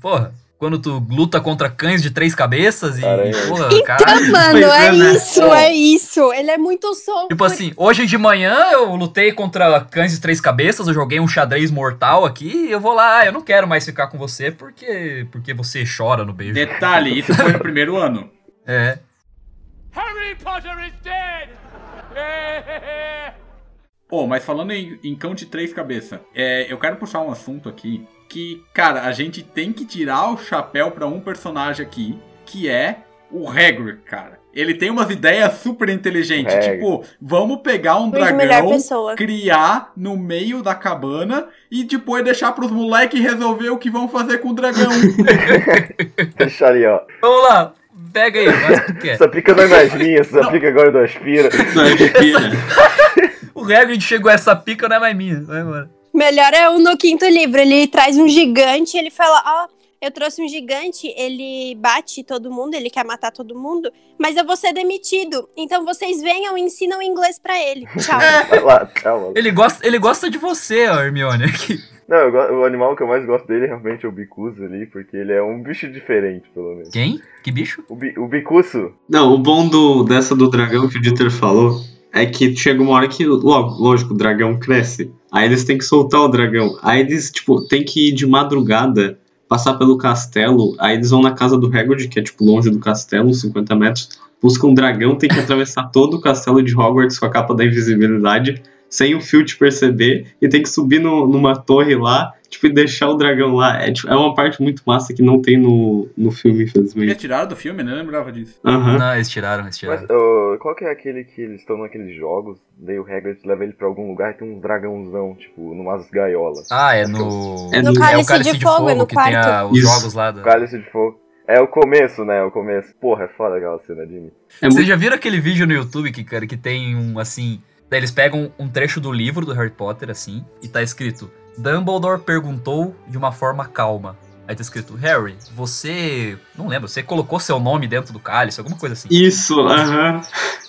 D: Porra. Quando tu luta contra cães de três cabeças e.
C: Caralho.
D: Porra,
E: Então,
D: caralho.
E: mano,
B: pois
E: é
B: é, né?
E: isso,
C: Pô.
E: é isso. Ele é muito som.
D: Tipo assim, hoje de manhã eu lutei contra cães de três cabeças, eu joguei um xadrez mortal aqui e eu vou lá, ah, eu não quero mais ficar com você porque porque você chora no beijo.
A: Detalhe, isso foi no primeiro ano.
D: É.
F: Harry Potter is dead! Eh,
A: Pô, mas falando em, em cão de três cabeças, é, eu quero puxar um assunto aqui que, cara, a gente tem que tirar o chapéu pra um personagem aqui, que é o Hagrid, cara. Ele tem umas ideias super inteligentes,
C: Hagrid.
A: tipo, vamos pegar um
E: Luiz, melhor
A: dragão,
E: pessoa.
A: criar no meio da cabana e depois deixar pros moleques resolver o que vão fazer com o dragão.
C: Deixa ali, ó.
D: Vamos lá, pega aí, faz o que tu quer.
C: Essa pica não é mais minha, essa pica agora do aspira.
B: Não, é de pira.
D: O Hagrid chegou a essa pica, não é mais minha. Vai embora.
E: Melhor é o no quinto livro, ele traz um gigante, ele fala, ó, eu trouxe um gigante, ele bate todo mundo, ele quer matar todo mundo, mas eu vou ser demitido. Então vocês venham e ensinam inglês pra ele. Tchau.
C: Vai lá, calma.
D: Ele gosta, ele gosta de você, ó, Hermione.
C: Não, eu go- o animal que eu mais gosto dele realmente é o bicuço ali, porque ele é um bicho diferente, pelo menos.
D: Quem? Que bicho?
C: O, bi, o bicuço,
B: Não, o bom do, dessa do dragão que o Dieter falou é que chega uma hora que, logo, lógico, o dragão cresce. Aí eles têm que soltar o dragão. Aí eles, tipo, tem que ir de madrugada, passar pelo castelo. Aí eles vão na casa do Hagrid, que é, tipo, longe do castelo, uns 50 metros. Buscam um dragão, tem que atravessar todo o castelo de Hogwarts com a capa da invisibilidade. sem o Phil te perceber, e tem que subir no- numa torre lá, tipo, e deixar o dragão lá. É, tipo, é uma parte muito massa que não tem no, no filme,
A: Eles
B: infelizmente.
A: tiraram do filme, né? Eu lembrava disso.
B: Aham.
D: Não, eles tiraram, eles
C: Mas
D: tiraram.
C: ô, qual que é aquele que eles estão naqueles jogos, daí o Hagrid leva ele pra algum lugar e tem uns dragãozão, tipo, numas gaiolas.
D: Ah, é no.
B: É do-
D: É
E: No
D: o
E: Cálice,
D: Cálice de Fogo,
E: é no
D: que tem
E: quarto.
D: a- os
B: Isso.
D: jogos lá. Da...
C: Cálice de fogo. É o começo, né? O começo. Porra, é foda aquela cena, Jimmy.
B: É
D: Vocês
B: muito-
D: já viram aquele vídeo no YouTube que, cara, que tem um assim. Daí eles pegam um trecho do livro do Harry Potter, assim, e tá escrito: Dumbledore perguntou de uma forma calma. Aí tá escrito, Harry, você. Não lembro, você colocou seu nome dentro do cálice, alguma coisa assim.
B: Isso, aham.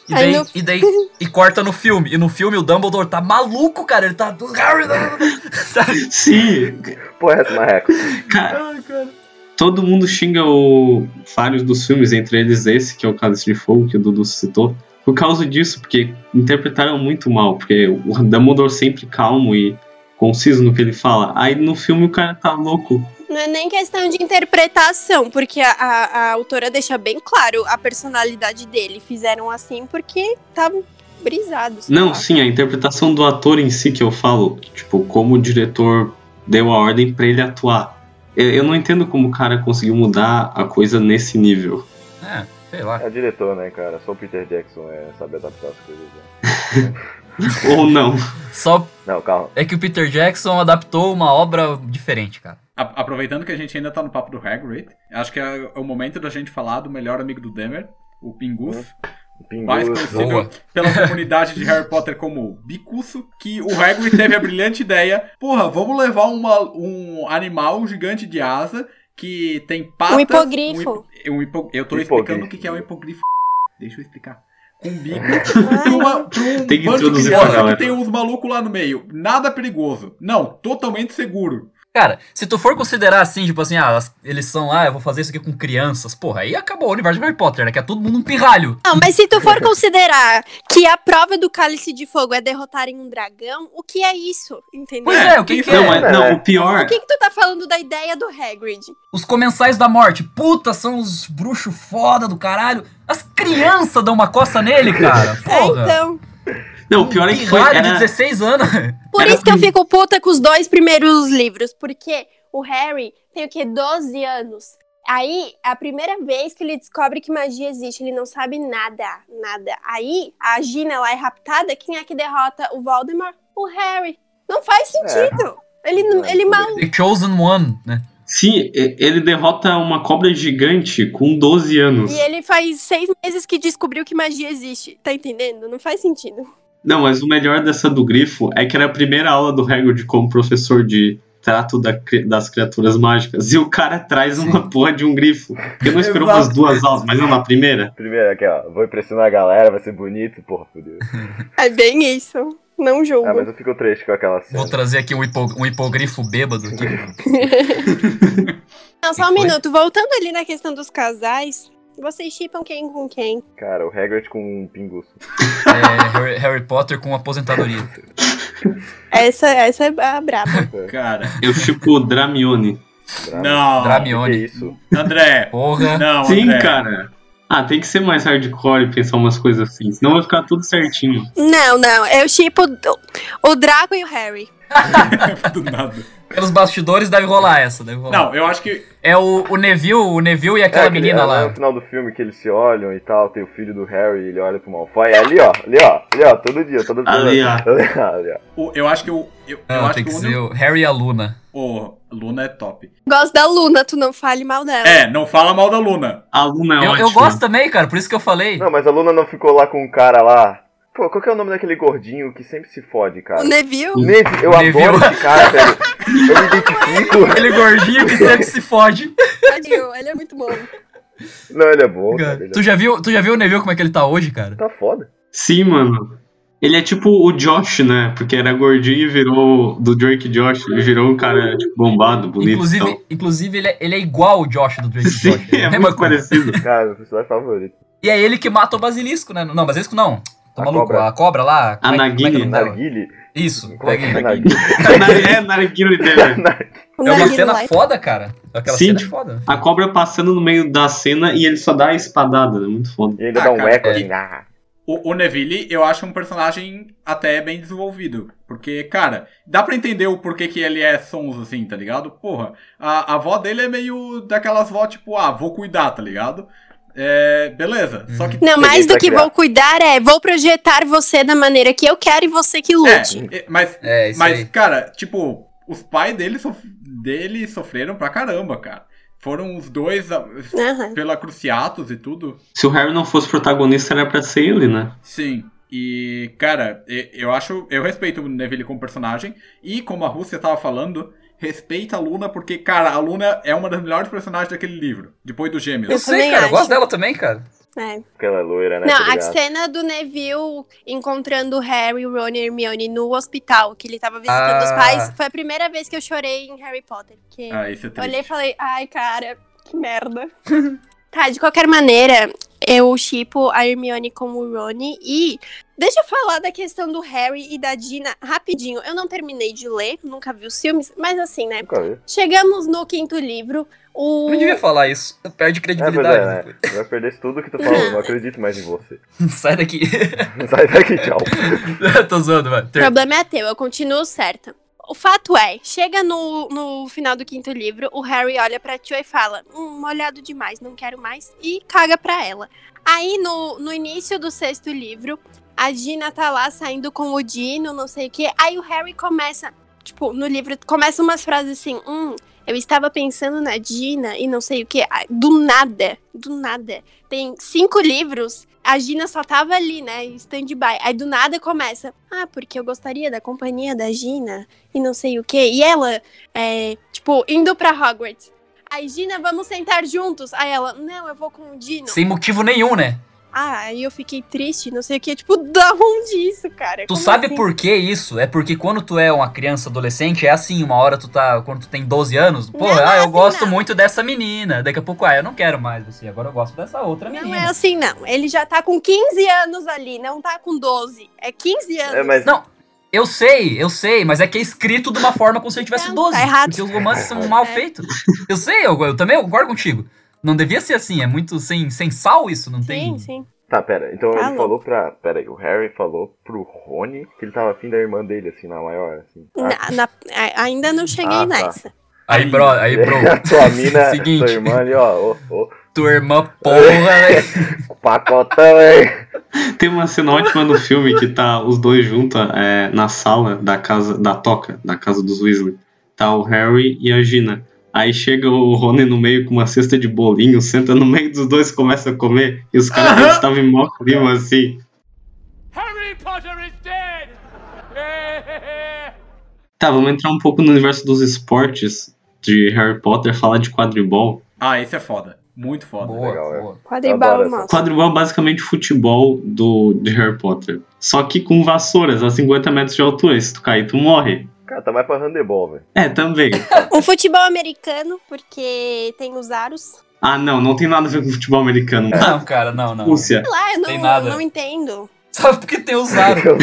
D: E
E: Aí
D: daí,
E: no-
D: e daí. E corta no filme. E no filme o Dumbledore tá maluco, cara. Ele tá. Harry! Sabe?
B: Sim,
C: Porra, é essa marreca.
B: cara,
D: Ai, cara.
B: todo mundo xinga o vários dos filmes, entre eles esse, que é o Cálice de Fogo, que o Dudu citou, por causa disso, porque interpretaram muito mal, porque o Dumbledore sempre calmo e conciso no que ele fala. Aí no filme o cara tá louco.
E: Não é nem questão de interpretação, porque a, a- a autora deixa bem claro a personalidade dele. Fizeram assim porque estavam brisados. sei
D: Ah,
B: Não,
E: lá.
B: sim, a interpretação do ator em si que eu falo, tipo, como o diretor deu a ordem pra ele atuar. Eu eu não entendo como o cara conseguiu mudar a coisa nesse nível.
D: É, sei lá.
C: É diretor, né, cara? Só o Peter Jackson é saber adaptar as coisas. Né?
B: Ou não.
D: Só
C: Não, calma.
D: é que o Peter Jackson adaptou uma obra diferente, cara.
A: A- aproveitando que a gente ainda tá no papo do Hagrid, acho que é, é o momento da gente falar do melhor amigo do Demer, o Pingus, mais
C: Um Pinguço.
A: conhecido
D: Boa.
A: pela comunidade de Harry Potter como Bicuço, que o Hagrid teve a brilhante ideia, porra, vamos levar uma- um animal gigante de asa que tem patas...
E: Um hipogrifo.
A: um hip- um hipo- eu tô
C: Hipogrifo.
A: explicando o que que é um hipogrifo. Deixa eu explicar. Com um bico, pra,
E: Ai,
A: uma, pra um
B: Tem que
A: bando de
B: introduzir
A: criança
D: né?
B: pra galera.
A: que tem uns malucos lá no meio. Nada perigoso. Não, totalmente seguro.
D: Cara, se tu for considerar assim, tipo assim, ah, as- eles são, ah, eu vou fazer isso aqui com crianças, porra, aí acabou o universo de Harry Potter, né? Que é todo mundo um pirralho.
E: Não, mas se tu for considerar que a prova do Cálice de Fogo é derrotarem um dragão, o que é isso? Entendeu?
D: Pois é, o que, que
A: Não,
B: Não,
D: é?
B: é, não, o pior.
E: Por que, que tu tá falando da ideia do Hagrid?
D: Os comensais da morte, puta, são os bruxos foda do caralho. As crianças dão uma coça nele, cara.
E: É,
D: Porra.
E: então.
B: Não, o pior é que foi.
D: Pirralho de
B: Era,
D: 16 anos.
E: Por
B: Era
E: isso que eu fico puta com os dois primeiros livros, porque o Harry tem o quê? 12 anos. Aí, a primeira vez que ele descobre que magia existe, ele não sabe nada, nada. Aí, a Gina lá é raptada, quem é que derrota o Voldemort? O Harry. Não faz sentido. Ele, não-
C: É,
E: ele mal
D: The Chosen One, né?
B: Sim, e- ele derrota uma cobra gigante com 12 anos.
E: E é ele faz seis meses que descobriu que magia existe. Tá entendendo? Não faz sentido.
B: Não, mas o melhor dessa do Grifo é que era a primeira aula do Hagrid como professor de trato da cri- das criaturas mágicas. E o cara traz uma porra de um grifo. Porque não esperou
A: Exato.
B: umas duas aulas, mas não na primeira.
C: Primeiro aqui, ó. Vou impressionar a galera, vai ser bonito. Porra, fodeu.
E: É bem isso. Não julgo.
C: Ah, mas eu fico triste com aquela cena.
D: Vou trazer aqui um, hipo, um hipogrifo bêbado aqui.
E: Não, só um
D: Foi?
E: minuto. Voltando ali na questão dos casais, vocês chipam quem com quem?
C: Cara, o Hagrid com um pinguço.
D: É, Harry, Harry Potter com aposentadoria.
E: Essa, essa é a braba.
A: Cara,
B: Eu tipo o Dramione.
C: Bravo.
A: não.
C: Ah, Que
D: Dramione.
C: isso?
A: André,
D: Porra.
A: não,
B: Sim,
A: André.
B: cara. Ah, tem que ser mais hardcore e pensar umas coisas assim. Senão vai ficar tudo certinho.
E: não, não. Eu chipo o- o Draco e o Harry.
A: Do nada.
D: Pelos bastidores deve rolar essa, deve rolar.
A: Não, eu acho que
D: É o, o Neville, o Neville e
C: É,
D: aquela
C: aquele-
D: menina
C: é,
D: lá.
C: No final do filme que eles se olham e tal, tem o filho do Harry, ele olha pro Malfoy. É ali, ó. Ali, ó. Ali, ó. Todo dia, todo dia.
B: Ali, ó.
C: Ali, ó.
A: o, eu acho que o eu, eu
D: Não,
A: acho
D: tem
A: que
D: que
A: o
D: ser
A: único-
D: o Harry e a Luna.
A: Ô, Luna é top.
E: Gosto da Luna, tu não fale mal dela.
A: É, não fala mal da Luna.
B: A Luna é
D: eu,
B: ótima.
D: eu gosto também, cara, por isso que eu falei.
C: Não, mas a Luna não ficou lá com um cara lá. Pô, qual que é o nome daquele gordinho que sempre se fode, cara?
E: O Neville?
C: Neve, eu
D: Neville.
C: adoro esse cara, velho. Eu me identifico.
D: Aquele gordinho que sempre se fode.
E: Tadinho, ele é muito bom.
C: Não, ele é bom, cara. Ele
D: tu, já viu, tu já viu o Neville como é que ele tá hoje, cara?
C: é... Tá foda.
B: Sim, mano. Ele é tipo o Josh, né? Porque era gordinho e virou. Do Drake Josh, ele virou um cara tipo, bombado, bonito.
D: inclusive,
B: então.
D: inclusive ele, é, ele é igual o Josh do Drake
B: Sim,
D: Josh.
B: é
D: Mesma
B: muito
D: coisa.
B: parecido.
C: Cara, meu personagem favorito.
D: E é ele que mata o basilisco, né? Não, basilisco não. Tá
C: A
D: maluco?
C: cobra.
D: A cobra lá. como é que- como é que é o nome dela?
C: Narguile.
D: Isso.
C: Como é que é
D: Naguile.
C: Narguile?
B: é narguile dele.
E: O
D: É uma
E: Neville
D: cena
E: lá.
D: foda, cara. Aquela
B: Sim,
D: cena é
B: tipo,
D: foda.
B: A cobra passando no meio da cena e ele só dá a espadada, né? Muito foda.
C: E ainda
A: Ah,
C: dá um
A: cara,
C: eco
A: é.
C: assim. ah.
A: O, o Neville, eu acho um personagem até bem desenvolvido. Porque, cara, dá pra entender o porquê que ele é sons assim, tá ligado? Porra, a, a avó dele é meio daquelas vó tipo, ah, vou cuidar, tá ligado? É, beleza. Só que.
E: Não, mais do
C: vai
E: que
C: criar.
E: vou cuidar é vou projetar você da maneira que eu quero e você que lute.
A: É, é, mas,
D: É, isso
A: mas
D: aí.
A: cara, tipo, os pais dele, sof dele sofreram pra caramba, cara. Foram os dois a-
E: Aham.
A: pela Cruciatus e tudo.
B: Se o Harry não fosse protagonista, era pra ser ele, né?
A: Sim. E, cara, e- eu acho. Eu respeito o Neville como personagem. E como a Rússia tava falando, respeita a Luna, porque, cara, a Luna é uma das melhores personagens daquele livro. Depois do Gêmeos.
D: Eu
E: Eu
D: sei,
E: também
D: cara. Eu
E: acho.
D: gosto dela também, cara.
E: é.
C: Aquela loira, né?
E: Não,
C: tá
E: a
C: ligado?
E: cena do Neville encontrando o Harry, o Ron e a Hermione no hospital, que ele tava visitando os
D: Ah.
E: pais, foi a primeira vez que eu chorei em Harry Potter. Porque
A: Ah, esse é
E: eu
A: triste.
E: olhei e falei, ai, cara, que merda. tá, de qualquer maneira, eu chipo a Hermione como o Rony e. Deixa eu falar da questão do Harry e da Dina rapidinho. Eu não terminei de ler, nunca vi os filmes, mas assim, né?
C: Nunca vi.
E: Chegamos no quinto livro. O...
D: Não devia falar isso. Perde
C: É
D: credibilidade.
C: verdade, né? Vai perder tudo que tu falou, não acredito mais em você.
D: Sai daqui.
C: Sai daqui, tchau.
D: Tô zoando, mano.
E: O problema é teu, eu continuo certa. O fato é, chega no, no final do quinto livro, o Harry olha pra Tio e fala: Hum, molhado demais, não quero mais, e caga pra ela. Aí no, no início do sexto livro, a Gina tá lá saindo com o Dino, não sei o quê. Aí o Harry começa, tipo, no livro, começa umas frases assim: Hum, eu estava pensando na Gina e não sei o quê. Ah, Do nada, do nada. Tem cinco livros a Gina só tava ali, né, em stand-by. Aí do nada começa, ah, porque eu gostaria da companhia da Gina e não sei o quê. E ela, é, tipo, indo pra Hogwarts. Aí, Gina, vamos sentar juntos. Aí ela, não, eu vou com o Dino.
D: Sem motivo nenhum, né?
E: Ah, aí eu fiquei triste, não sei o quê. Tipo, da onde isso, cara?
D: Tu
E: Como
D: sabe
E: assim?
D: por que isso? É porque quando tu é uma criança adolescente, é assim, uma hora tu tá. Quando tu tem 12 anos, pô,
E: Não, não
D: ah,
E: é
D: eu
E: assim,
D: gosto
E: não.
D: muito dessa menina. Daqui a pouco, ah, eu não quero mais você, agora eu gosto dessa outra
E: Não é
D: menina.
E: assim, não. Ele já tá com 15 anos ali, não tá com 12. É 15 anos.
C: É, mas
D: Não, eu sei, eu sei, mas é que é escrito de uma forma como se ele tivesse
E: Não,
D: 12.
E: tá errado.
D: Porque os romances são mal
E: É.
D: feitos. Eu sei, eu, eu também concordo contigo. Não devia ser assim, é muito sem, sem sal isso, não tem.
E: Sim, sim.
C: Tá, pera. Então
E: Tá
C: ele
E: louco.
C: falou pra. Pera aí, o Harry falou pro Rony que ele tava afim da irmã dele, assim, na maior, assim. tá?
E: Na- na- a- ainda não cheguei
C: Ah, tá.
E: nessa.
D: Aí, bro, aí, bro.
C: A tua mina,
D: Seguinte.
C: tua irmã É. ali, ó. Ô,
D: Tua irmã porra, velho.
C: ô, pacotão, hein?
B: Tem uma cena ótima no filme que tá os dois juntos é, na sala da casa da Toca, da casa dos Weasley. Tá o Harry e a Gina. Aí chega o Rony no meio com uma cesta de bolinho, senta no meio dos dois, começa a comer, e os caras
A: Aham.
B: estavam em mó clima assim.
F: Harry Potter is dead!
B: Tá, vamos entrar um pouco no universo dos esportes de Harry Potter, falar de quadribol.
A: Ah, esse é foda. Muito foda.
D: Boa,
C: Legal, é.
D: boa.
C: Adoro
E: Quadribal,
C: essa.
E: nossa.
B: Quadribol é basicamente futebol do, de Harry Potter. Só que com vassouras a 50 metros de altura. Se tu cair, tu morre.
C: Cara, tá mais pra handebol, velho.
B: É, também.
E: Um futebol americano, porque tem os aros.
B: Ah, não, não tem nada a ver com futebol americano.
D: Não, cara, não, não.
B: Rússia.
E: Sei lá, eu
D: Tem
E: não,
D: nada.
E: não entendo.
D: Sabe por que tem usado?
B: Por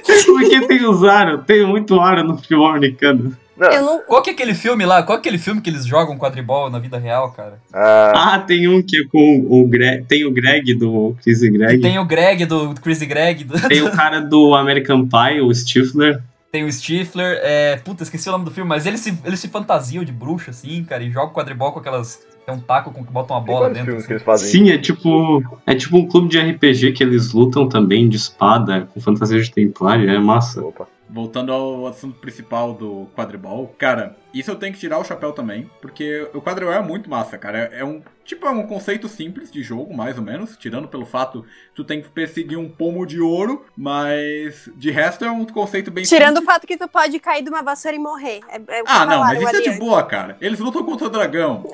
B: que tem os aros? Tem muito aro no futebol americano.
C: Não,
E: Eu não.
D: Qual que é aquele filme lá? Qual que é aquele filme que eles jogam quadribol na vida real, cara?
C: ah,
B: Ah, tem um que é com o Greg. Tem o Greg do Chris e
D: Que
B: Greg.
D: tem o Greg do do Chris e Greg, do-
B: Tem o cara do American Pie, o Stifler.
D: tem o Stifler, é, puta, esqueci o nome do filme, mas eles se, eles se fantasiam de bruxa, assim, cara, e jogam quadribol com aquelas. Tem um taco com que botam uma
C: tem
D: bola
C: vários
D: dentro.
C: filmes que
D: assim.
C: eles fazem.
B: Sim, é tipo. É tipo um clube de RPG que eles lutam também de espada, com fantasia de templário, é massa.
C: Opa.
A: Voltando ao assunto principal do quadribol, cara, isso eu tenho que tirar o chapéu também, porque o quadribol é muito massa, cara. É um tipo é um conceito simples de jogo, mais ou menos, tirando pelo fato tu tem que perseguir um pomo de ouro, mas de resto é um conceito bem
E: Tirando o
A: simples.
E: fato que tu pode cair de uma vassoura e morrer. É, é o que
A: Ah, não, mas
E: falaram
A: isso é
E: ali
A: de
E: antes.
A: boa, cara. Eles lutam contra o dragão.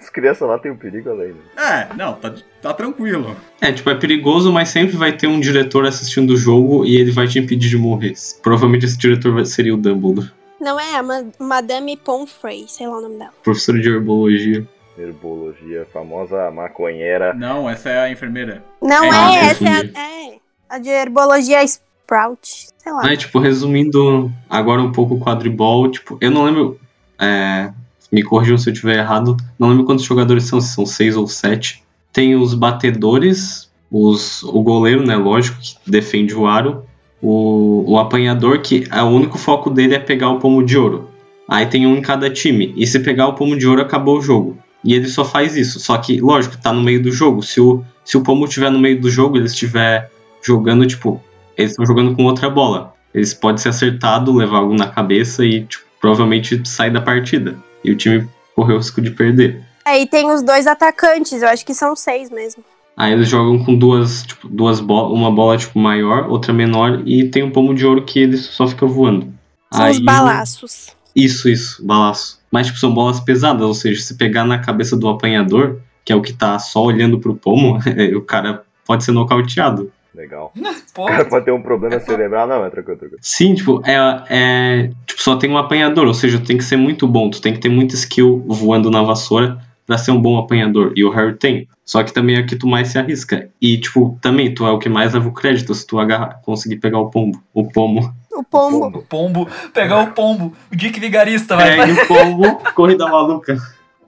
C: As crianças lá tem um perigo além, né?
A: É, não, tá, tá tranquilo.
B: É, tipo, é perigoso, mas sempre vai ter um diretor assistindo o jogo e ele vai te impedir de morrer. Provavelmente esse diretor vai- seria o Dumbledore,
E: Não é a Ma- Madame Pomfrey, sei lá o nome dela.
B: professor de herbologia.
C: Herbologia, a famosa maconheira.
A: Não, essa é a enfermeira.
E: Não
A: É,
E: é,
B: eu
E: essa é a, é a de herbologia Sprout, sei lá.
B: Mas, tipo, resumindo agora um pouco o quadribol, tipo, eu não lembro. é, me corrijam se eu estiver errado. Não lembro quantos jogadores são, se são seis ou sete. Tem os batedores, os, o goleiro, né, lógico, que defende o aro, o, o apanhador, que é, o único foco dele é pegar o pomo de ouro. Aí tem um em cada time, e se pegar o pomo de ouro, acabou o jogo. E ele só faz isso, só que, lógico, tá no meio do jogo. Se o, se o pomo estiver no meio do jogo, ele estiver jogando, tipo, eles estão jogando com outra bola. Eles podem ser acertados, levar algo na cabeça e, tipo, provavelmente sair da partida. E o time correu o risco de perder.
E: Aí tem os dois atacantes, eu acho que são seis mesmo.
B: Aí eles jogam com duas, tipo, duas bolas, uma bola tipo maior, outra menor, e tem um pomo de ouro que ele só fica voando.
E: São
B: Aí-
E: os balaços.
B: Isso, isso, balaço. Mas tipo, são bolas pesadas, ou seja, se pegar na cabeça do apanhador, que é o que tá só olhando pro pomo, o cara pode ser nocauteado.
C: Legal. O cara
D: Pode.
C: pode ter um problema cerebral, não, é tranquilo, tranquilo.
B: Sim, tipo, é, é- tipo, só tem um apanhador, ou seja, tem que ser muito bom, tu tem que ter muita skill voando na vassoura pra ser um bom apanhador, e o Harry tem. Só que também é o que tu mais se arrisca. E, tipo, também, tu é o que mais leva o crédito se tu agarrar, conseguir pegar o pombo. O pomo.
E: O pombo.
D: O pombo. Pegar o pombo. O Dick Vigarista vai.
B: É, e o pombo, corrida maluca.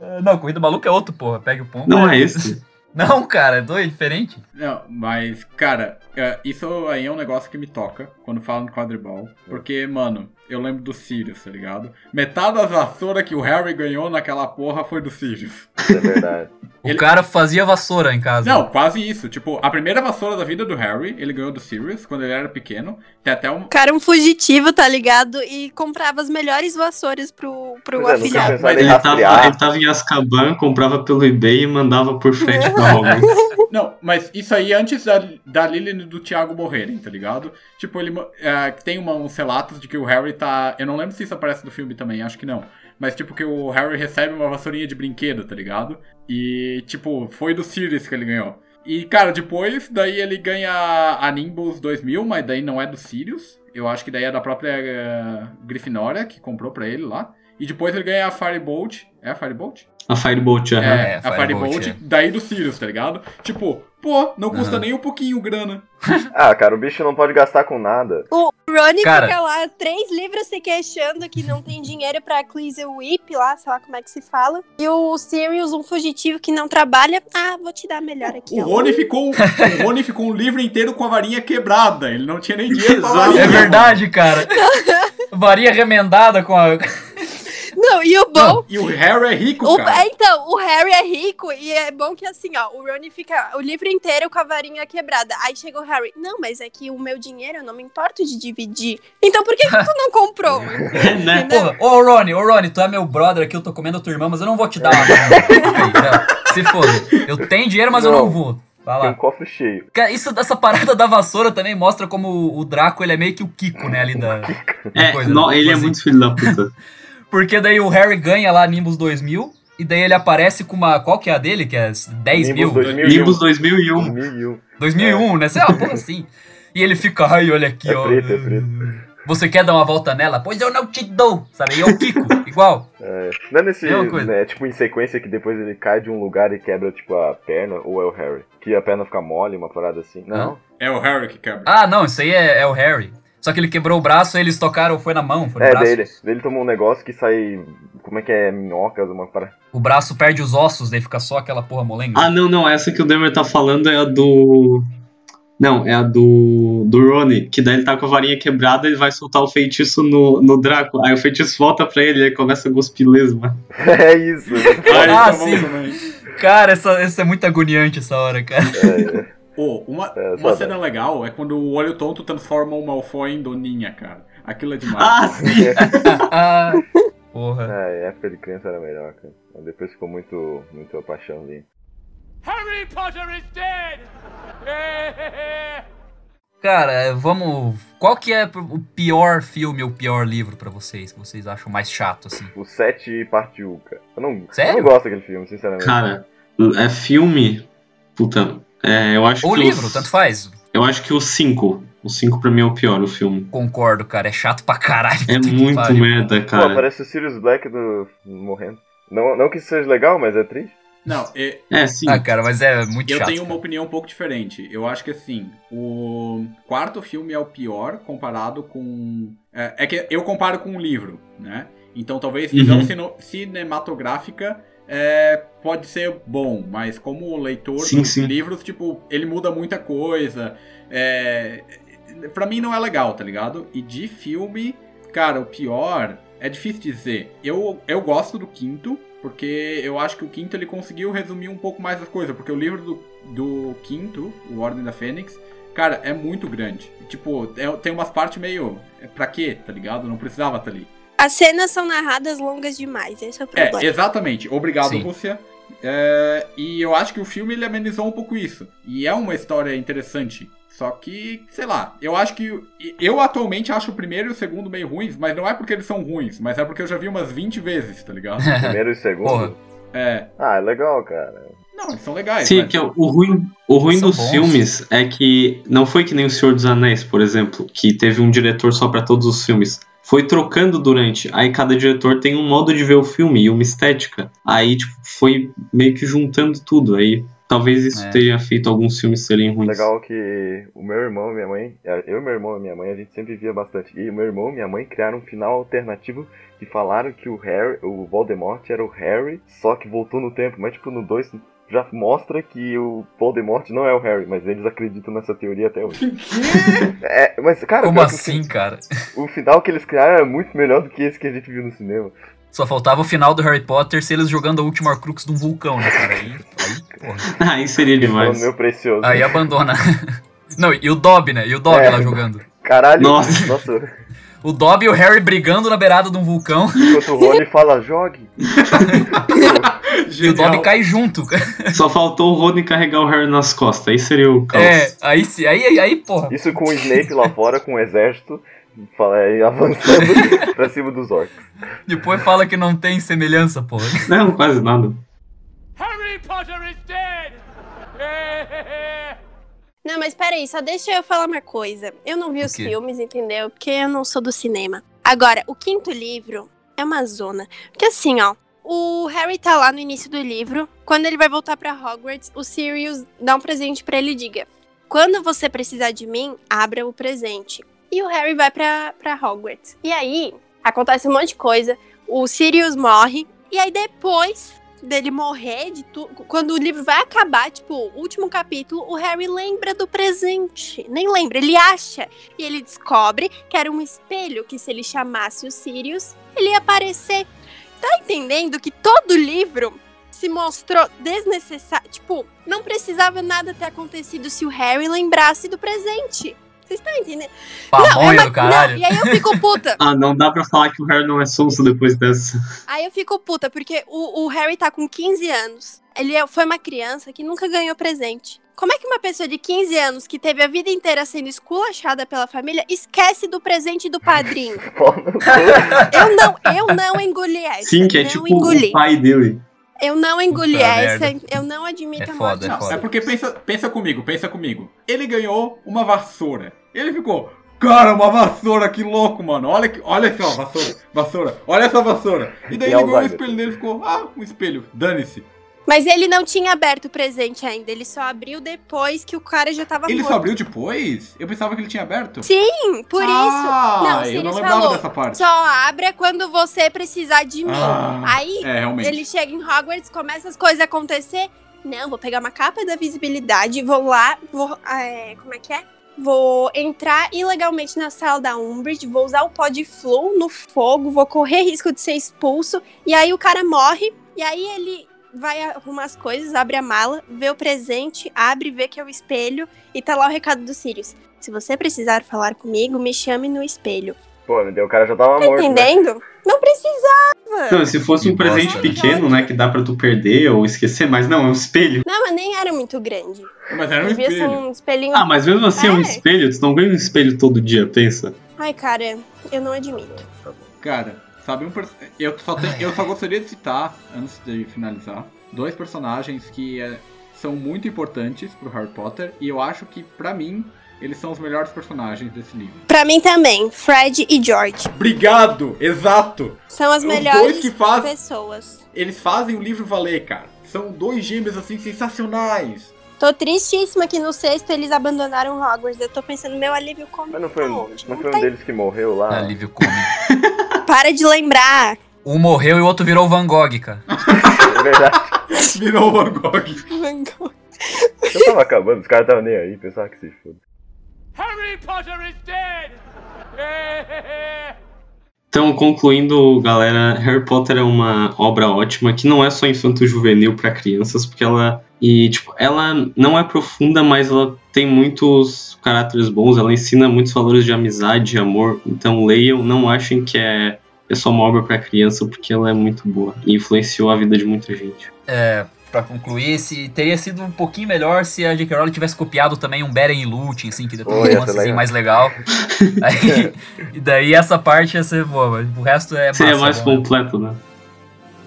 D: Ah, Não, Corrida Maluca é outro, porra. Pega o pombo.
B: Não é esse.
D: Não, cara, é doido, diferente.
A: Não, mas, cara, é, isso aí é um negócio que me toca quando falam de quadribol. Porque, mano, eu lembro do Sirius, tá ligado? Metade das vassouras que o Harry ganhou naquela porra foi do Sirius.
C: Isso é verdade.
D: O
A: Ele-
D: cara fazia vassoura em casa.
A: Não, quase isso. Tipo, a primeira vassoura da vida do Harry, ele ganhou do Sirius quando ele era pequeno. Tem até um.
E: O cara é um fugitivo, tá ligado? E comprava as melhores vassouras pro, pro
C: Pois é, nunca
E: afilhado.
C: pensava em
B: Ele tava,
C: rastrear.
B: ele tava em Azkaban, comprava pelo eBay e mandava por frete pra Hogwarts.
A: Não, mas isso aí é antes da, da Lilian e do Thiago morrerem, tá ligado? Tipo, ele mo- é, tem uma, uns relatos de que o Harry tá. Eu não lembro se isso aparece no filme também, acho que não. Mas, tipo, que o Harry recebe uma vassourinha de brinquedo, tá ligado? E, tipo, foi do Sirius que ele ganhou. E, cara, depois, daí ele ganha a Nimbus 2000, mas daí não é do Sirius. Eu acho que daí é da própria eh, Grifinória, que comprou pra ele lá. E depois ele ganha a Firebolt. É a Firebolt?
B: A Firebolt, aham.
A: É,
D: É,
A: a Firebolt,
D: Firebolt, é.
A: daí do Sirius, tá ligado? Tipo, pô, não custa
D: Aham.
A: nem um pouquinho grana.
C: Ah, cara, o bicho não pode gastar com nada.
E: O Rony
D: Cara.
E: fica lá três livros se queixando que não tem dinheiro pra Cleasel Whip lá, sei lá como é que se fala. E o Sirius, um fugitivo que não trabalha. Ah, vou te dar melhor aqui.
A: O
E: ó.
A: Rony ficou, o Rony ficou um livro inteiro com a varinha quebrada. Ele não tinha nem dinheiro pra
B: Exato.
A: varinha.
D: É verdade, cara. Varia remendada com a.
E: Não, e o bom.
A: E o Harry é rico,
E: o-
A: cara.
E: é, então, o Harry é rico e é bom que assim, ó, o Rony fica o livro inteiro com a varinha quebrada. Aí chega o Harry, não, mas é que o meu dinheiro eu não me importo de dividir. Então por que, que tu não comprou?
D: É.
B: né?
E: Entendeu?
D: Porra, ô Rony, ô Rony, tu é meu brother aqui, eu tô comendo a tua irmã, mas eu não vou te dar uma. Aí, já, Se foda. Eu tenho dinheiro, mas eu
C: Não.
D: não vou. Vai
C: Tem um
D: lá.
C: cofre cheio.
D: Cara, isso dessa parada da vassoura também mostra como o- o Draco ele é meio que o Kiko, né? Ali da. da
B: É,
D: coisa,
B: não,
D: né?
B: ele é
D: Assim,
B: muito filho da puta.
D: Porque daí o Harry ganha lá Nimbus 2000, e daí ele aparece com uma. Qual que é a dele? Que é 10 mil?
C: Nimbus 2001.
B: Nimbus 2001.
C: 2001.
D: 2001, né? Sei lá, uma porra assim. E ele fica, ai, olha aqui,
C: É
D: ó.
C: preto, é preto.
D: Você quer dar uma volta nela? Pois eu não te dou, sabe? E eu Kiko, igual.
C: É. Não é nesse.
D: É uma coisa.
C: né, tipo, em sequência que depois ele cai de um lugar e quebra, tipo, a perna, ou é o Harry? Que a perna fica mole, uma parada assim. Não.
A: É o Harry que quebra.
D: Ah, não, isso aí é, é o Harry. Só que ele quebrou o braço, eles tocaram, foi na mão, foi no
C: é,
D: braço.
C: daí ele, daí ele toma um negócio que sai. Como é que é? Minhocas, uma parada.
D: O braço perde os ossos, daí fica só aquela porra molenga.
B: Ah, não, não, essa que o Demer tá falando é a do. Não, é a do. do Rony, que daí ele tá com a varinha quebrada ele vai soltar o feitiço no, no Draco. Aí o feitiço volta pra ele e ele começa a cuspir lesma.
C: é isso.
D: Ah,
A: isso é bom
D: sim.
A: também.
D: Cara, essa, essa é muito agoniante essa hora, cara.
C: É,
A: Ô, uma,
C: É,
A: uma
C: foda.
A: cena legal é quando o olho tonto transforma o Malfoy em Doninha, cara. Aquilo é demais.
B: Ah, sim!
D: Ah, porra.
C: é, a época de criança era melhor, cara. Mas Depois ficou muito, muito a paixãozinha.
F: Harry Potter is dead!
D: Cara, é, vamos. Qual que é o pior filme ou o pior livro pra vocês? Que vocês acham mais chato, assim?
C: O 7 parte 1, cara. Eu não,
D: Sério?
C: eu não gosto daquele filme, sinceramente.
B: Cara, é filme. Puta, é, eu acho
D: Ou
B: que.
D: livro,
B: os-
D: tanto faz.
B: Eu acho que o 5. O 5 pra mim é o pior, o filme.
D: Concordo, cara. É chato pra caralho.
B: É
D: Puta que
B: muito
D: pariu.
B: merda,
C: Pô,
B: cara.
C: parece o Sirius Black do. morrendo. Não, não que isso seja legal, mas é triste.
A: Não, é,
B: É, sim.
D: Ah, cara, mas é muito
A: Eu
D: chato.
A: tenho uma opinião um pouco diferente. Eu acho que assim, o quarto filme é o pior comparado com. É, é que eu comparo com um livro, né? Então talvez visão
B: Uhum.
A: cino- cinematográfica é, pode ser bom, mas como leitor
B: Sim,
A: dos
B: sim.
A: livros, tipo, ele muda muita coisa. É... Pra mim não é legal, tá ligado? E de filme, cara, o pior é difícil dizer. Eu, eu gosto do quinto, porque eu acho que o quinto ele conseguiu resumir um pouco mais as coisas, porque o livro do, do quinto, O Ordem da Fênix, cara, é muito grande. Tipo, é- tem umas partes meio. é Pra quê, tá ligado? Não precisava tá ali.
E: As cenas são narradas longas demais, esse é o
A: É,
E: problema.
A: exatamente. Obrigado,
D: Sim.
A: Rússia. É, e eu acho que o filme ele amenizou um pouco isso. E é uma história interessante. Só que, sei lá, eu acho que. Eu atualmente acho o primeiro e o segundo meio ruins, mas não é porque eles são ruins, mas é porque eu já vi umas 20 vezes, tá ligado?
C: Primeiro e
D: Porra.
C: segundo.
A: É.
C: Ah, é legal, cara.
A: Não, eles são legais.
B: Sim,
A: mas-
B: que é o ruim, o ruim
D: São
B: dos
D: bons.
B: filmes é que não foi que nem O Senhor dos Anéis, por exemplo, que teve um diretor só pra todos os filmes. Foi trocando durante, aí cada diretor tem um modo de ver o filme e uma estética. Aí, tipo, foi meio que juntando tudo. Aí talvez isso
D: É.
B: tenha feito alguns filmes serem ruins.
C: Legal que o meu irmão e minha mãe, é, eu, meu irmão e minha mãe, a gente sempre via bastante. E o meu irmão e minha mãe criaram um final alternativo que falaram que o Harry, o Voldemort era o Harry, só que voltou no tempo. Mas tipo, no 2 já mostra que o Voldemort não é o Harry, mas eles acreditam nessa teoria até hoje. É, mas cara,
D: Como
C: pior que o
D: assim, cara?
C: fi- o final que eles criaram é muito melhor do que esse que a gente viu no cinema.
D: Só faltava o final do Harry Potter se eles jogando a última Horcrux de um vulcão, né, cara? Aí, aí, porra.
B: aí seria
C: Falando
B: demais.
C: meu precioso.
D: Aí é abandona. Não, e o Dobby, né? E o Dobby
C: É.
D: lá jogando.
C: Caralho,
B: Nossa.
C: nossa.
D: O Dobby e o Harry brigando na beirada de um vulcão.
C: Enquanto o Rony fala, jogue.
D: E o
A: Genial.
B: é
D: Dobby cai junto, cara.
B: Só faltou o Rony carregar o Harry nas costas. Aí seria o caos.
D: É, aí, se- aí, aí, aí, porra.
C: Isso com o Snape lá fora, com o exército, fala, é, avançando pra cima dos orcs.
D: Depois fala que não tem semelhança, porra.
B: Não, quase nada.
F: Harry Potter is dead!
E: Não, mas peraí, só deixa eu falar uma coisa. Eu não vi
D: O
E: os
D: quê?
E: filmes, entendeu? Porque eu não sou do cinema. Agora, o quinto livro é uma zona. Porque assim, ó, o Harry tá lá no início do livro. Quando ele vai voltar pra Hogwarts, o Sirius dá um presente pra ele e diga: Quando você precisar de mim, abra o presente. E o Harry vai pra, pra Hogwarts. E aí, acontece um monte de coisa. O Sirius morre. E aí depois dele morrer, de tu... quando o livro vai acabar, tipo, o último capítulo, o Harry lembra do presente. Nem lembra, ele acha. E ele descobre que era um espelho que se ele chamasse o Sirius, ele ia aparecer. Tá entendendo que todo livro se mostrou desnecessário? Tipo, não precisava nada ter acontecido se o Harry lembrasse do presente. Vocês estão entendendo? é
D: Pamonha
E: uma-
D: do caralho.
E: não, e aí eu fico puta.
B: Ah, não dá pra falar que o Harry não é sonso depois dessa.
E: Aí eu fico puta, porque o, o Harry tá com 15 anos. Ele é- foi uma criança que nunca ganhou presente. Como é que uma pessoa de 15 anos que teve a vida inteira sendo esculachada pela família esquece do presente do padrinho?
C: Fala,
E: Eu não, eu não engoli essa.
B: Sim, que é
E: não
B: tipo
E: engoli.
B: o pai dele.
E: Eu não engoli
D: Puta
E: essa. Eu não admito
D: É
E: a
D: foda,
E: morte.
D: é
A: Não,
D: foda.
A: é porque pensa, pensa comigo, pensa comigo. Ele ganhou uma vassoura. Ele ficou, cara, uma vassoura, que louco, mano. Olha, que, olha só, vassoura, vassoura, olha essa vassoura. E daí ele
C: E
A: ganhou um
C: Alzheimer.
A: espelho dele e ficou, ah, um espelho, dane-se.
E: Mas ele não tinha aberto o presente ainda. Ele só abriu depois que o cara já tava
A: Ele
E: morto.
A: só abriu depois? Eu pensava que ele tinha aberto.
E: Sim, é por
A: Ah,
E: Não, se
A: eu não
E: eles
A: lembrava
E: falou,
A: dessa parte.
E: isso. Só abra quando você precisar de mim.
A: Ah.
E: Aí
A: É, realmente.
E: Ele chega em Hogwarts, começa as coisas a acontecer. Não, vou pegar uma capa da visibilidade, vou lá, vou. é, como é que é? Vou entrar ilegalmente na sala da Umbridge, vou usar o pó de flu no fogo, vou correr risco de ser expulso. E aí o cara morre, e aí ele vai arrumar as coisas, abre a mala, vê o presente, abre, vê que é o espelho, e tá lá o recado do Sirius. Se você precisar falar comigo, me chame no espelho.
C: Pô, meu Deus, o cara já tava
E: Tá
C: morto. Né?
E: entendendo? Não precisava!
B: Não, se fosse
D: Que
B: um presente
D: bosta, né?
B: pequeno, né, que dá pra tu perder ou esquecer, mas não, é um espelho.
E: Não, mas nem era muito grande.
A: Mas era um
E: Devia ser
A: espelho.
E: um espelhinho.
B: Ah, mas mesmo assim é um
E: É.
B: espelho, tu não ganha um espelho todo dia, pensa.
E: Ai, cara, eu não admito.
A: Cara, sabe um pers- eu só tenho- eu só gostaria de citar antes de finalizar dois personagens que é, são muito importantes pro Harry Potter e eu acho que pra mim eles são os melhores personagens desse livro.
E: Pra mim também, Fred e George
A: Obrigado, exato.
E: são as
A: Os
E: melhores
A: dois que fazem-
E: pessoas.
A: Eles fazem o livro valer, cara. São dois gêmeos assim sensacionais.
E: Tô tristíssima que no sexto eles abandonaram Hogwarts. Eu tô pensando, meu alívio como.
C: Mas não foi, um,
E: Onde?
C: não
E: Não
C: foi um
E: tem.
C: deles que morreu lá?
D: Alívio cômico.
E: Para de lembrar.
D: Um morreu e o outro virou Van Gogh, cara.
C: É verdade.
A: Virou o Van Gogh.
E: Van Gogh.
C: Eu tava acabando, os caras estavam nem aí, pensava que se foda.
F: Harry Potter is dead!
B: Então, concluindo, galera, Harry Potter é uma obra ótima que não é só infanto-juvenil para crianças, porque ela e tipo, ela não é profunda, mas ela tem muitos caráteres bons, ela ensina muitos valores de amizade, de amor. Então, leiam, não achem que é, é só uma obra para criança, porque ela é muito boa e influenciou a vida de muita gente.
D: É, pra concluir, se teria sido um pouquinho melhor se a J.K. Rowling tivesse copiado também um Beren e Lúthien, assim, que deu um
C: Olha, essa é legal.
D: romancezinho mais legal. Aí, e daí essa parte ia ser boa, mas o resto é
B: Seria
D: massa,
B: mais
D: né?
B: completo, né?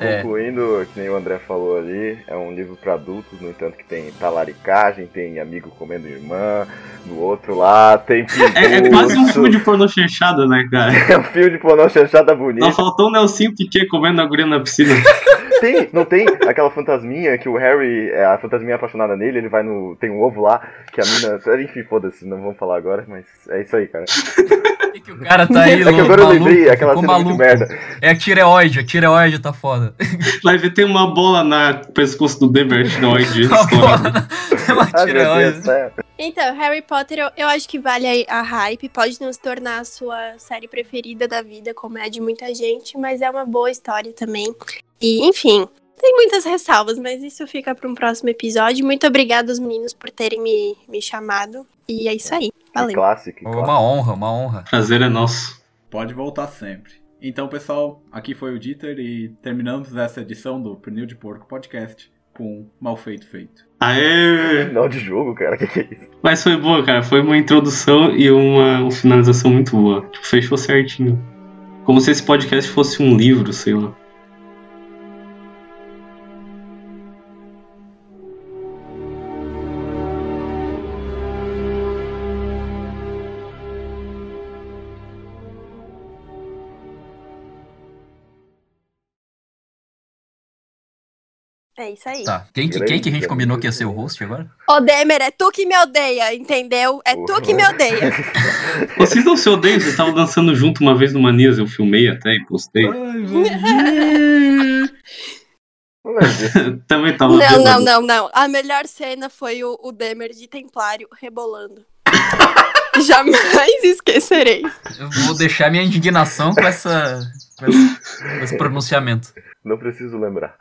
D: É.
C: Concluindo, que nem o André falou ali, é um livro pra adultos, no entanto que tem talaricagem, tem amigo comendo irmã, do outro lá, tem
B: É, é quase um
C: pinguço,
B: filme de porno fechado, né, cara?
C: É um filme de pornô chanchada
B: Não
C: bonito.
B: faltou o Nelson Piquet comendo a guria na piscina.
C: Tem, não tem aquela fantasminha que o Harry, é, a fantasminha é apaixonada nele, ele vai no. Tem um ovo lá, que a mina. Enfim, foda-se, não vamos falar agora, mas é isso aí, cara.
D: Por que que o cara tá aí,
C: É que agora eu
D: maluco,
C: lembrei, aquela
D: ficou
C: cena muito
D: maluco.
C: merda.
D: É a tireoide, a tireoide tá foda.
B: Vai ver, tem uma bola na pescoço do Debertinoide
D: Tá
B: estourada.
D: foda. Tem uma
C: Ai, Ah, meu Deus,
D: tireoide.
C: é.
E: Então, Harry Potter, eu, eu acho que vale a, a hype, pode não se tornar a sua série preferida da vida, como é a de muita gente, mas é uma boa história também. E, enfim, tem muitas ressalvas, mas isso fica para um próximo episódio. Muito obrigada aos meninos por terem me, me chamado. E é isso aí.
C: Que
E: Valeu.
C: clássico, que clássico.
D: Uma honra, uma honra.
B: Prazer é nosso.
A: Pode voltar sempre. Então, pessoal, aqui foi o Dieter e terminamos essa edição do Pernil de Porco Podcast com Mal Feito Feito.
B: Aê!
C: Final de jogo, cara, que que é isso?
B: Mas foi boa, cara. Foi uma introdução e uma, uma finalização muito boa. Tipo, fechou certinho. Como se esse podcast fosse um livro, sei lá.
E: É isso aí.
D: Tá. Quem que, quem que a gente combinou que ia ser o host agora?
E: Ô, Demer, é tu que me odeia, entendeu? É tu que me odeia.
B: Vocês não se odeiam, vocês estavam dançando junto uma vez no Manias, eu filmei até e postei.
C: Não lembro disso.
B: Também tava.
E: Não, não,
B: bêbado.
E: não, não. A melhor cena foi o, o Demer de Templário rebolando. Jamais esquecerei.
D: Eu vou deixar minha indignação com essa. com esse, com esse pronunciamento.
C: Não preciso lembrar.